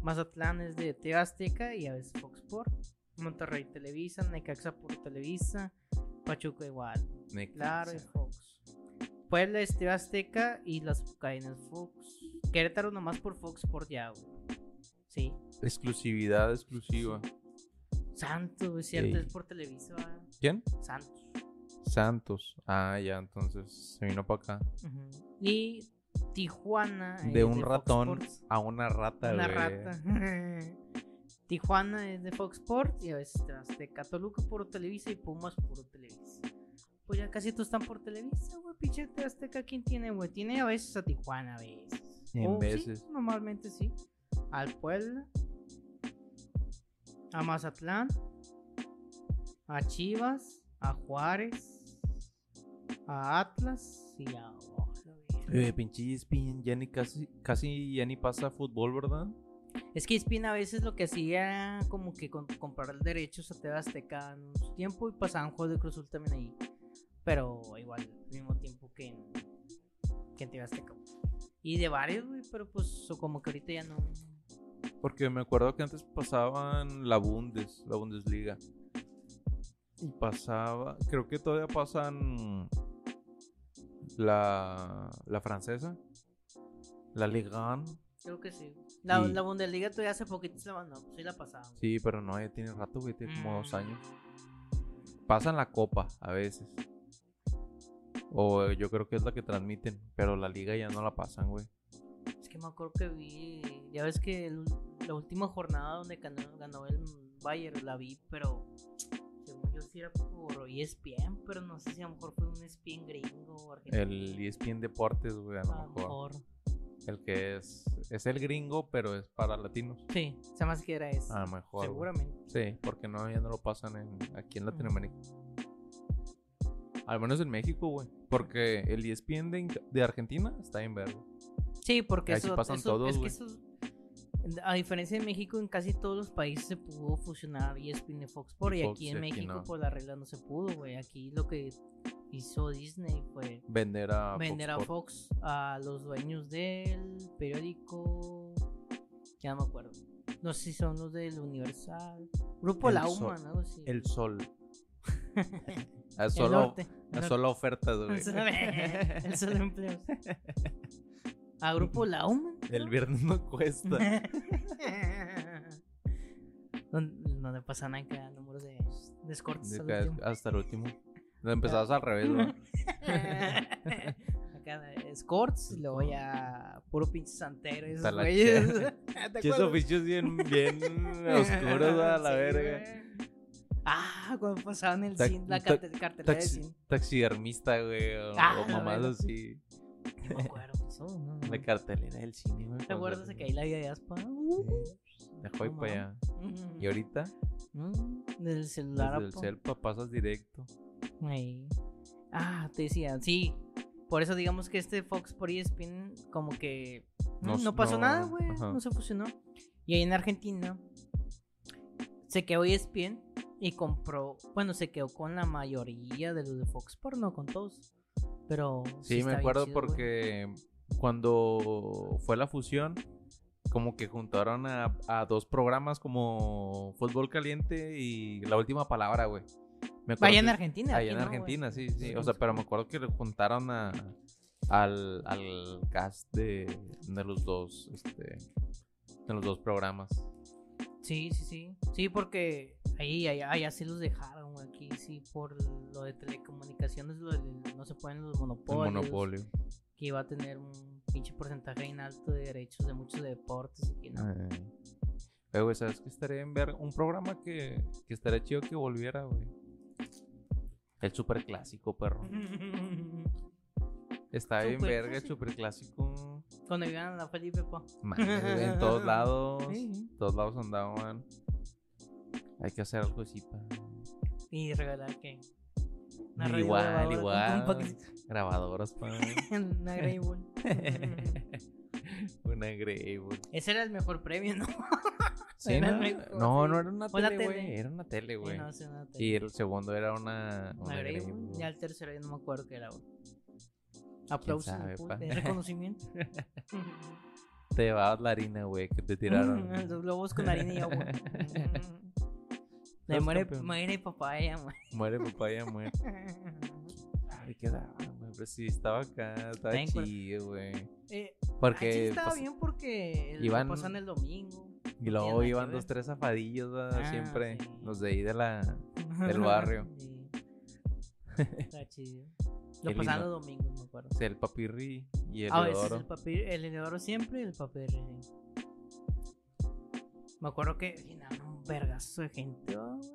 Speaker 1: Mazatlán es de TV Azteca y a veces Fox Sports. Monterrey Televisa, Necaxa por Televisa, Pachuca igual.
Speaker 2: Me
Speaker 1: Claro y
Speaker 2: cansa.
Speaker 1: Fox. Puebla es TV Azteca y las cadenas Fox. Querétaro nomás por Fox Sport ya, güey. Sí.
Speaker 2: Exclusividad exclusiva.
Speaker 1: Santos, es cierto,
Speaker 2: Ey.
Speaker 1: es por Televisa. ¿verdad?
Speaker 2: ¿Quién?
Speaker 1: Santos.
Speaker 2: Santos. Ah, ya, entonces se vino para acá.
Speaker 1: Ujú. Y Tijuana. es
Speaker 2: De un
Speaker 1: Fox
Speaker 2: ratón
Speaker 1: Sports.
Speaker 2: a una rata,
Speaker 1: Una
Speaker 2: güey.
Speaker 1: rata. Tijuana es de Fox Sports y a veces te vas de Catoluca por Televisa y Pumas por Televisa. Pues ya casi todos están por Televisa, güey. Pinche TV Azteca, ¿quién tiene, güey? Tiene a veces a Tijuana, a veces.
Speaker 2: En
Speaker 1: O sí,
Speaker 2: veces.
Speaker 1: normalmente sí. Al Puebla. A Mazatlán. A Chivas. A Juárez. A Atlas. Y a. oh, la verga.
Speaker 2: Eh, pinche ESPN, ya ni casi, casi ya ni pasa fútbol, ¿verdad?
Speaker 1: Es que ESPN a veces lo que hacía como que con, comprar derechos a TV Azteca en su tiempo y pasaban juegos de Cruz Azul también ahí. Pero igual, al mismo tiempo que en, que en TV Azteca. Y de varios, güey, pero pues o como que ahorita ya no.
Speaker 2: Porque me acuerdo que antes pasaban la Bundes, la Bundesliga. Y pasaba, creo que todavía pasan la, la francesa, la Ligue 1.
Speaker 1: Creo que sí. La,
Speaker 2: Y-
Speaker 1: la Bundesliga todavía hace poquito se la mandó, pues sí la pasaban.
Speaker 2: Sí, pero no, ya tiene rato, güey, tiene como dos
Speaker 1: Mm.
Speaker 2: años. Pasan la copa a veces. O eh, yo creo que es la que transmiten, pero la liga ya no la pasan, güey.
Speaker 1: Es que me acuerdo que vi. Ya ves que el- la última jornada donde ganó, ganó el Bayern la vi, pero según yo sí era por E ESPN, pero no sé si a lo mejor fue un E ESPN gringo o argentino.
Speaker 2: El E ESPN Deportes, güey, a lo
Speaker 1: a lo
Speaker 2: mejor.
Speaker 1: mejor.
Speaker 2: El que es, es el gringo, pero es para latinos.
Speaker 1: Sí, se más que era eso.
Speaker 2: A lo Ah, mejor. güey.
Speaker 1: Seguramente.
Speaker 2: Sí, porque no, ya no lo pasan en- aquí en Latinoamérica. Al menos en México, güey. Porque el E ESPN de, Inca- de Argentina está en verde.
Speaker 1: Sí, porque
Speaker 2: Ahí
Speaker 1: eso,
Speaker 2: sí pasan
Speaker 1: eso-
Speaker 2: todos,
Speaker 1: es que
Speaker 2: güey.
Speaker 1: eso a diferencia de México, en casi todos los países se pudo fusionar E ESPN y Fox Sports.
Speaker 2: Y
Speaker 1: Y
Speaker 2: Fox,
Speaker 1: aquí en
Speaker 2: y aquí
Speaker 1: México,
Speaker 2: no.
Speaker 1: por la regla, no se pudo, güey. Aquí lo que hizo Disney fue
Speaker 2: Vender a
Speaker 1: vender a
Speaker 2: Fox Sports.
Speaker 1: Fox a los dueños del periódico. Ya no me acuerdo. No sé si son los del Universal. Grupo
Speaker 2: El
Speaker 1: La
Speaker 2: Sol-
Speaker 1: Human, algo así.
Speaker 2: El sol. a
Speaker 1: El
Speaker 2: solo,
Speaker 1: norte.
Speaker 2: a solo ofertas,
Speaker 1: El Sol-
Speaker 2: güey.
Speaker 1: el Sol Empleos. A Grupo La Human.
Speaker 2: El viernes no cuesta.
Speaker 1: Donde, donde pasan acá números de descortes.
Speaker 2: De
Speaker 1: al
Speaker 2: que
Speaker 1: último.
Speaker 2: Hasta el último. Lo empezabas al revés, güey.
Speaker 1: acá escorts y luego ya puro pinche santero. y Esos
Speaker 2: Talache.
Speaker 1: güeyes. ¿Te
Speaker 2: Chis
Speaker 1: acuerdas?
Speaker 2: oficios bien, bien oscuros, güey, a la
Speaker 1: Sí,
Speaker 2: verga.
Speaker 1: güey. Ah, cuando pasaban el
Speaker 2: Tac-
Speaker 1: cine, la
Speaker 2: tac-
Speaker 1: carte- cartelera de
Speaker 2: Taxi-
Speaker 1: cine.
Speaker 2: taxidermista, güey. O,
Speaker 1: Ah,
Speaker 2: o
Speaker 1: la
Speaker 2: mamás
Speaker 1: verga.
Speaker 2: así.
Speaker 1: No me acuerdo. eso, Oh, no, no.
Speaker 2: La cartelera del cine, güey.
Speaker 1: ¿Te acuerdas de que ahí la vida de Aspa?
Speaker 2: Dejó ahí
Speaker 1: No
Speaker 2: para allá. Y ahorita,
Speaker 1: Mm. Del celular.
Speaker 2: desde el
Speaker 1: apa.
Speaker 2: Selpa pasas directo.
Speaker 1: Ey. Ah, te decía, sí. Por eso digamos que este Fox por ESPN como que mm,
Speaker 2: No
Speaker 1: no,
Speaker 2: s-
Speaker 1: pasó
Speaker 2: no,
Speaker 1: nada, güey.
Speaker 2: ajá.
Speaker 1: No se fusionó. Y ahí en Argentina se quedó E ESPN y compró, bueno, se quedó con la mayoría de los de Fox por no con todos. Pero
Speaker 2: Sí,
Speaker 1: está
Speaker 2: me
Speaker 1: bien
Speaker 2: acuerdo
Speaker 1: chido, güey.
Speaker 2: porque cuando fue la fusión, como que juntaron a, a dos programas como Fútbol Caliente y La Última Palabra, güey. Me acuerdo
Speaker 1: Allá en
Speaker 2: que-
Speaker 1: Argentina.
Speaker 2: Allá
Speaker 1: aquí
Speaker 2: en
Speaker 1: no, güey.
Speaker 2: Argentina, sí, sí.
Speaker 1: Sí,
Speaker 2: O
Speaker 1: sí,
Speaker 2: sea,
Speaker 1: sí.
Speaker 2: pero me acuerdo que le juntaron a, al, al cast de, de los dos, este, de los dos programas.
Speaker 1: Sí, sí, sí. Sí, porque ahí, allá, allá sí los dejaron, güey. Aquí sí, por lo de telecomunicaciones, lo de- no se pueden los
Speaker 2: El
Speaker 1: monopolios.
Speaker 2: monopolio.
Speaker 1: que iba a tener un pinche porcentaje bien alto de derechos de muchos deportes y que no.
Speaker 2: Eh, Pero, güey, ¿sabes qué estaría en ver? Un programa que, que estaría chido que volviera, güey. El super clásico, perro. Está bien verga el
Speaker 1: Superclásico.
Speaker 2: super clásico.
Speaker 1: Cuando llegaron a la Felipe, pues, po.
Speaker 2: en todos lados.
Speaker 1: Sí.
Speaker 2: En todos lados andaban. Hay que hacer algo así para.
Speaker 1: Y regalar que.
Speaker 2: Igual,
Speaker 1: Un
Speaker 2: igual.
Speaker 1: paquete-
Speaker 2: Grabadoras, pa.
Speaker 1: una Grey Bull.
Speaker 2: Una Grey, güey.
Speaker 1: Ese era el mejor premio, ¿no?
Speaker 2: Sí,
Speaker 1: Era
Speaker 2: no,
Speaker 1: México,
Speaker 2: no,
Speaker 1: sí.
Speaker 2: no era una
Speaker 1: Fue la
Speaker 2: tele, güey.
Speaker 1: tele.
Speaker 2: Era una tele,
Speaker 1: Sí,
Speaker 2: güey.
Speaker 1: no, sí, no, te-
Speaker 2: Y el segundo era una.
Speaker 1: una
Speaker 2: una
Speaker 1: Grey,
Speaker 2: Grey,
Speaker 1: güey.
Speaker 2: güey.
Speaker 1: Ya el tercero ya no me acuerdo qué era, güey. Aplausos,
Speaker 2: sabe,
Speaker 1: pu-
Speaker 2: pa?
Speaker 1: de reconocimiento.
Speaker 2: Te llevabas la harina, güey, que te tiraron.
Speaker 1: Los globos con harina y agua. Me
Speaker 2: Los
Speaker 1: muere,
Speaker 2: campeones.
Speaker 1: muere papaya, güey.
Speaker 2: muere papaya, muere. Ay, qué daba, güey. Pero sí, estaba acá, estaba
Speaker 1: Está en cuer-
Speaker 2: chido, güey.
Speaker 1: Eh,
Speaker 2: Porque.
Speaker 1: ahí sí estaba
Speaker 2: pues,
Speaker 1: bien porque lo
Speaker 2: iban-
Speaker 1: pasan el domingo.
Speaker 2: Y
Speaker 1: tiene
Speaker 2: luego
Speaker 1: nada que
Speaker 2: iban
Speaker 1: ver.
Speaker 2: dos, tres afadillos, ¿verdad?
Speaker 1: Ah,
Speaker 2: siempre.
Speaker 1: sí.
Speaker 2: Los de ahí de la. Del barrio.
Speaker 1: Sí. Está chido. Lo
Speaker 2: Qué
Speaker 1: pasaban
Speaker 2: lindo.
Speaker 1: los domingos, me acuerdo.
Speaker 2: o sea, el papirri y el
Speaker 1: Ah, ese es
Speaker 2: Inodoro.
Speaker 1: el papel, el Eleodoro siempre y el papel René. Me acuerdo que llenaron un vergazo de gente. va, güey.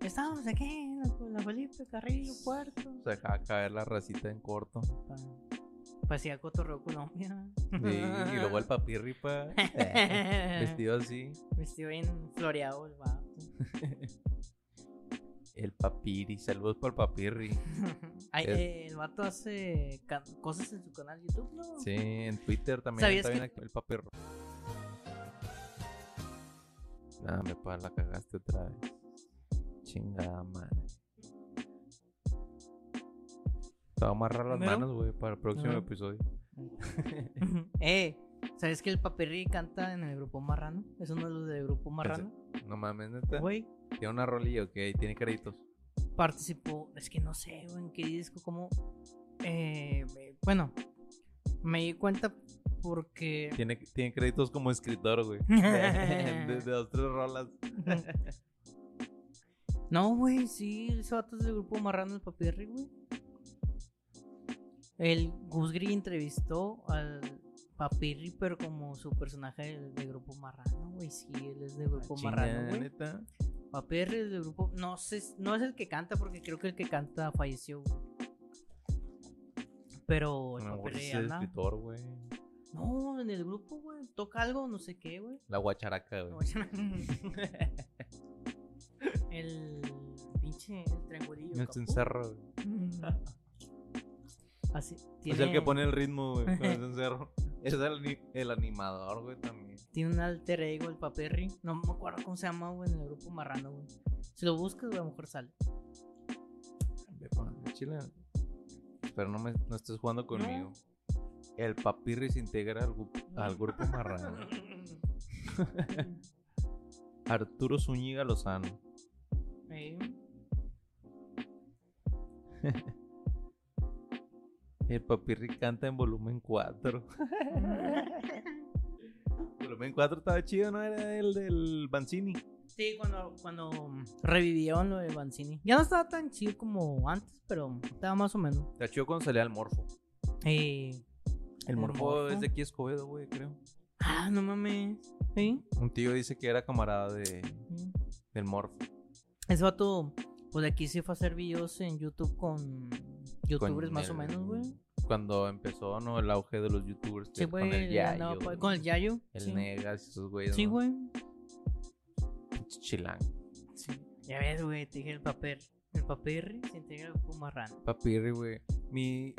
Speaker 1: Estábamos aquí en la, en la Felipe Carrillo, Puerto.
Speaker 2: Se dejaba caer la racita en corto.
Speaker 1: Pa- Parecía Pues Cotorreo Colombia.
Speaker 2: Y, y luego el papirri, pa. Vestido así.
Speaker 1: Vestido bien floreado el vato.
Speaker 2: El papiri. Saludos para el papirri.
Speaker 1: Ay,
Speaker 2: Es-
Speaker 1: eh, el vato hace can- cosas en su canal de YouTube, ¿no?
Speaker 2: Sí, en Twitter también
Speaker 1: ¿Sabías
Speaker 2: está
Speaker 1: que-
Speaker 2: bien activo el papirro. Nada, Ah, me pa, la cagaste otra vez. Chingada madre. Te voy a amarrar las
Speaker 1: Primero-
Speaker 2: manos, güey, para el próximo
Speaker 1: Ajá.
Speaker 2: episodio.
Speaker 1: eh, ¿sabes que el Paperri canta en el grupo Marrano? Es uno de los del grupo Marrano.
Speaker 2: No mames, neta.
Speaker 1: Güey,
Speaker 2: Tiene una rolilla, ok, tiene créditos.
Speaker 1: participó, es que no sé, güey, en qué disco, cómo... Eh, eh, bueno, me di cuenta porque...
Speaker 2: Tiene, tiene créditos como escritor, güey. de, de dos, tres rolas.
Speaker 1: no, güey, sí, ese vato es del grupo Marrano el Paperri, güey. El Gus Gris entrevistó al Paperri, pero como su personaje del, del grupo Marrano, güey, sí, él es del grupo
Speaker 2: Ah, Chinga,
Speaker 1: Marrano, güey.
Speaker 2: neta.
Speaker 1: Paperri es del grupo. No sé, no es el que canta porque creo que el que canta falleció. güey. Pero el
Speaker 2: Me
Speaker 1: Paperri
Speaker 2: aburre
Speaker 1: anda-
Speaker 2: escritor, güey.
Speaker 1: No, en el grupo, güey. Toca algo, no sé qué, güey.
Speaker 2: La guacharaca, güey.
Speaker 1: el pinche el triangulillo.
Speaker 2: El
Speaker 1: capú.
Speaker 2: cencerro, güey.
Speaker 1: Así.
Speaker 2: Es
Speaker 1: Tiene,
Speaker 2: el que pone el ritmo, güey, con el cencerro. Es el, ani- el animador, güey, también.
Speaker 1: tiene un alter ego, el Paperri. No me acuerdo cómo se llama, güey, en el grupo marrano, güey. Si lo buscas, güey, a lo mejor sale.
Speaker 2: Ve, pa, Chile. Pero no, me, no estés jugando conmigo. El papirri se integra al, gu- al grupo marrano. Arturo Zúñiga Lozano.
Speaker 1: Ey.
Speaker 2: El papirri canta en volumen 4. volumen 4 estaba chido, ¿no? Era el del Banzini.
Speaker 1: Sí, cuando, cuando revivieron lo de Banzini. Ya no estaba tan chido como antes, pero estaba más o menos.
Speaker 2: Está chido cuando salía el morfo.
Speaker 1: Eh,
Speaker 2: El
Speaker 1: ¿El
Speaker 2: morfo,
Speaker 1: Morfo?
Speaker 2: es de aquí Escobedo, güey, creo.
Speaker 1: ah, no mames. Sí.
Speaker 2: Un tío dice que era camarada de,
Speaker 1: sí.
Speaker 2: del morfo.
Speaker 1: Ese vato, pues de aquí se fue a hacer videos en YouTube con youtubers
Speaker 2: Con
Speaker 1: más o
Speaker 2: el-
Speaker 1: menos, güey.
Speaker 2: Cuando empezó, ¿no? El auge de los youtubers. que
Speaker 1: Sí, güey.
Speaker 2: Con el
Speaker 1: le andaba
Speaker 2: Yayo,
Speaker 1: pa- Con el Yayo.
Speaker 2: el
Speaker 1: sí.
Speaker 2: Negas y esos güeyes.
Speaker 1: Sí,
Speaker 2: ¿no?
Speaker 1: güey.
Speaker 2: Pinche Chilango.
Speaker 1: Sí. Ya ves, güey, te dije el papel. El papel se integra como marrano.
Speaker 2: Papirri, güey. Mi,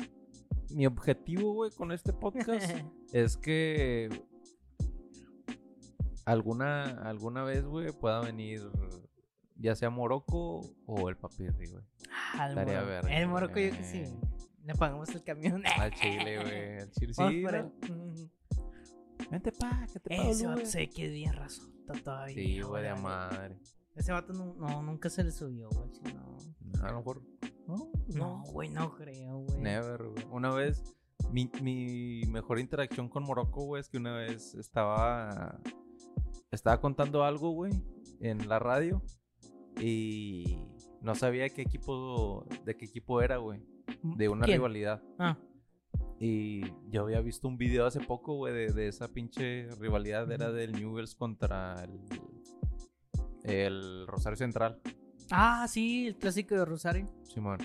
Speaker 2: mi objetivo, güey, con este podcast es que alguna, alguna vez, güey, pueda venir ya sea Morocco o el Papirri, güey.
Speaker 1: Ah, el
Speaker 2: Estaría
Speaker 1: moro.
Speaker 2: verga,
Speaker 1: El moro que yo que sí.
Speaker 2: güey.
Speaker 1: Le pagamos el camión.
Speaker 2: Al Chile, güey. Al Chile,
Speaker 1: Vamos
Speaker 2: sí.
Speaker 1: por
Speaker 2: ¿no?
Speaker 1: él. Mm.
Speaker 2: Vente pa, que te pago,
Speaker 1: Ese vato
Speaker 2: güey.
Speaker 1: se ve que es bien razota todavía.
Speaker 2: Sí, güey, de
Speaker 1: vale.
Speaker 2: madre.
Speaker 1: Ese vato no, no, nunca se le subió, güey. si No,
Speaker 2: No, a lo mejor. No,
Speaker 1: no, güey, no creo, güey.
Speaker 2: Never, güey. Una vez, mi, mi mejor interacción con Morocco, güey, es que una vez estaba, estaba contando algo, güey, en la radio y no sabía qué equipo, de qué equipo era, güey, de una
Speaker 1: Mm, ¿Quién?
Speaker 2: rivalidad.
Speaker 1: Ah,
Speaker 2: Y yo había visto un video hace poco, güey, de, de esa pinche rivalidad, era
Speaker 1: Ujú.
Speaker 2: del Newells contra el, el Rosario Central.
Speaker 1: Ah, sí, el clásico de Rosario.
Speaker 2: Simón.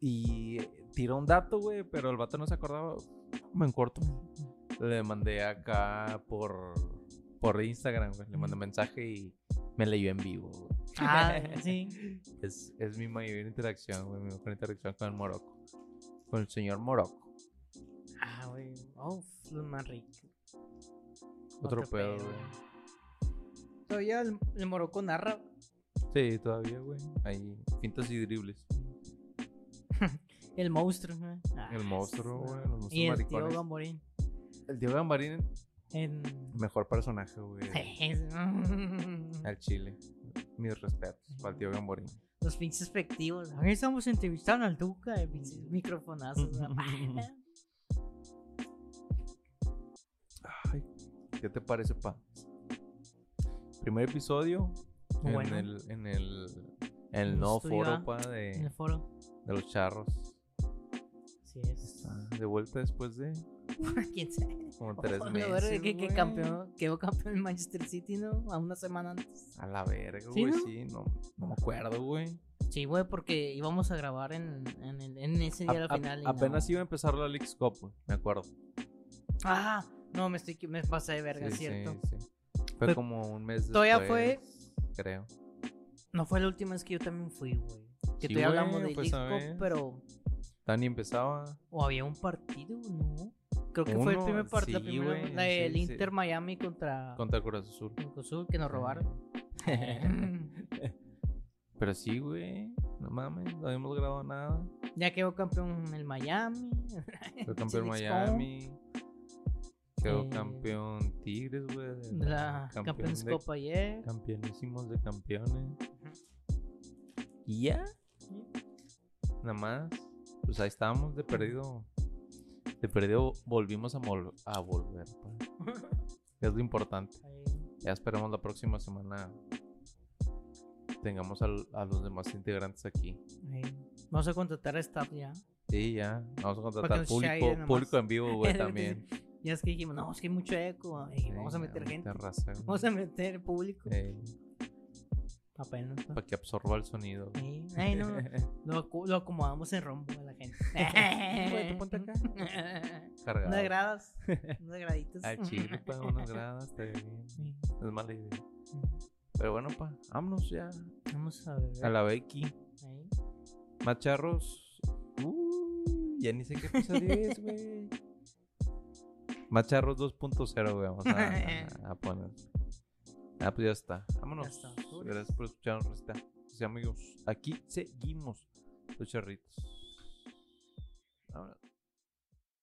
Speaker 2: Y tiró un dato, güey, pero el vato no se acordaba. Me encorto. Le mandé acá por, por Instagram, güey. Le mandé
Speaker 1: Ujú.
Speaker 2: mensaje y me leyó en vivo, güey.
Speaker 1: Ah, sí.
Speaker 2: Es, es mi mayor interacción, güey. Mi mejor interacción con el Morocco. Con el señor Morocco.
Speaker 1: Ah, güey. Uf, lo más rico.
Speaker 2: Otro
Speaker 1: Otro
Speaker 2: pedo,
Speaker 1: pedo.
Speaker 2: güey.
Speaker 1: Todavía el, el Morocco narra.
Speaker 2: Sí, todavía, güey. Hay fintas y dribles.
Speaker 1: El monstruo. ¿no? Ah,
Speaker 2: El monstruo, güey. Los monstruos
Speaker 1: Y el tío
Speaker 2: maricones.
Speaker 1: Gamborín.
Speaker 2: el tío Gambarín,
Speaker 1: En...
Speaker 2: mejor personaje, güey. Al chile. Mis respetos para el tío Gamborín.
Speaker 1: Los pinches efectivos. Ahora estamos entrevistando al Duca de pinches microfonazos. ¿no?
Speaker 2: Ay, ¿qué te parece, pa? Primer episodio
Speaker 1: Bueno.
Speaker 2: en el, eh, en el, en el
Speaker 1: Un
Speaker 2: nuevo
Speaker 1: estudio,
Speaker 2: foro,
Speaker 1: ah,
Speaker 2: pa, de,
Speaker 1: en el foro.
Speaker 2: de los charros.
Speaker 1: Sí, es.
Speaker 2: Ah, De vuelta después de
Speaker 1: ¿Quién sabe?
Speaker 2: como tres
Speaker 1: Oh, la
Speaker 2: meses.
Speaker 1: verga, que, que
Speaker 2: güey.
Speaker 1: campeón, quedó campeón en Manchester City, ¿no? A una semana antes.
Speaker 2: A la verga,
Speaker 1: ¿Sí,
Speaker 2: güey,
Speaker 1: no?
Speaker 2: sí, no, no me acuerdo, güey.
Speaker 1: Sí, güey, porque íbamos a grabar en, en, el- en ese día
Speaker 2: A-
Speaker 1: de la
Speaker 2: a-
Speaker 1: final. y
Speaker 2: apenas
Speaker 1: no.
Speaker 2: iba a empezar la League's Cup, güey, me acuerdo.
Speaker 1: Ah, no, me, estoy, me pasé de verga,
Speaker 2: Sí,
Speaker 1: cierto.
Speaker 2: sí, sí. Fue
Speaker 1: Fue-
Speaker 2: como un mes después.
Speaker 1: todavía fue-
Speaker 2: Creo.
Speaker 1: No fue la última vez que yo también fui, güey. Que
Speaker 2: Sí,
Speaker 1: todavía
Speaker 2: güey,
Speaker 1: hablamos de
Speaker 2: pues,
Speaker 1: disco,
Speaker 2: a ver.
Speaker 1: pero.
Speaker 2: Dani empezaba.
Speaker 1: O había un partido, ¿no? Creo que fue el
Speaker 2: Uno,
Speaker 1: primer partido,
Speaker 2: sí,
Speaker 1: la primera,
Speaker 2: güey,
Speaker 1: la del
Speaker 2: sí, Ah. sí.
Speaker 1: Inter Miami contra
Speaker 2: Contra Cruz Azul.
Speaker 1: Mercosur, que nos robaron.
Speaker 2: Pero sí, güey. No mames, no habíamos grabado nada.
Speaker 1: ya quedó campeón el Miami.
Speaker 2: Quedó campeón
Speaker 1: Let's go.
Speaker 2: Miami. Quedó
Speaker 1: Eh,
Speaker 2: campeón Tigres, güey. de
Speaker 1: La Campeones
Speaker 2: de-
Speaker 1: Copa ayer.
Speaker 2: Campeonísimos de campeones. ¿Y ya? Nada más. Pues ahí estábamos de perdido. De perdido volvimos a, mol- a volver. pa. Es lo importante.
Speaker 1: Ahí.
Speaker 2: Ya esperamos la próxima semana tengamos al- a los demás integrantes aquí.
Speaker 1: Ahí. Vamos a contratar a staff ya.
Speaker 2: Sí, ya. Vamos
Speaker 1: Para que
Speaker 2: a contratar
Speaker 1: nos chairen
Speaker 2: público,
Speaker 1: nomás.
Speaker 2: público en vivo, güey, también.
Speaker 1: Ya es que dijimos, no, es que hay mucho eco. eh, vamos a
Speaker 2: Sí, Eh,
Speaker 1: meter gente.
Speaker 2: raza, güey.
Speaker 1: Vamos a meter público. Apenas. ¿no?
Speaker 2: para que absorba el sonido. güey.
Speaker 1: Ahí. ah. Ay, no, lo, acu- lo acomodamos en rombo a la gente.
Speaker 2: Güey,
Speaker 1: Eh.
Speaker 2: tú ponte acá. Cargado.
Speaker 1: Unas gradas. Unas graditas.
Speaker 2: Al chile, pa, unas gradas, está bien.
Speaker 1: Sí.
Speaker 2: Es mala idea. Pero bueno, pa, vámonos ya.
Speaker 1: Vamos a ver.
Speaker 2: A la Becky.
Speaker 1: Ahí.
Speaker 2: Macharros. Uh, ya ni sé qué episodio es, güey. Macharros 2.0, güey. Vamos a, a- a poner. Ah, pues ya está. Vámonos.
Speaker 1: Ya está. Sobres.
Speaker 2: Gracias por escucharnos, Rosita. Pues, Sí, amigos, aquí seguimos los charritos. Vámonos.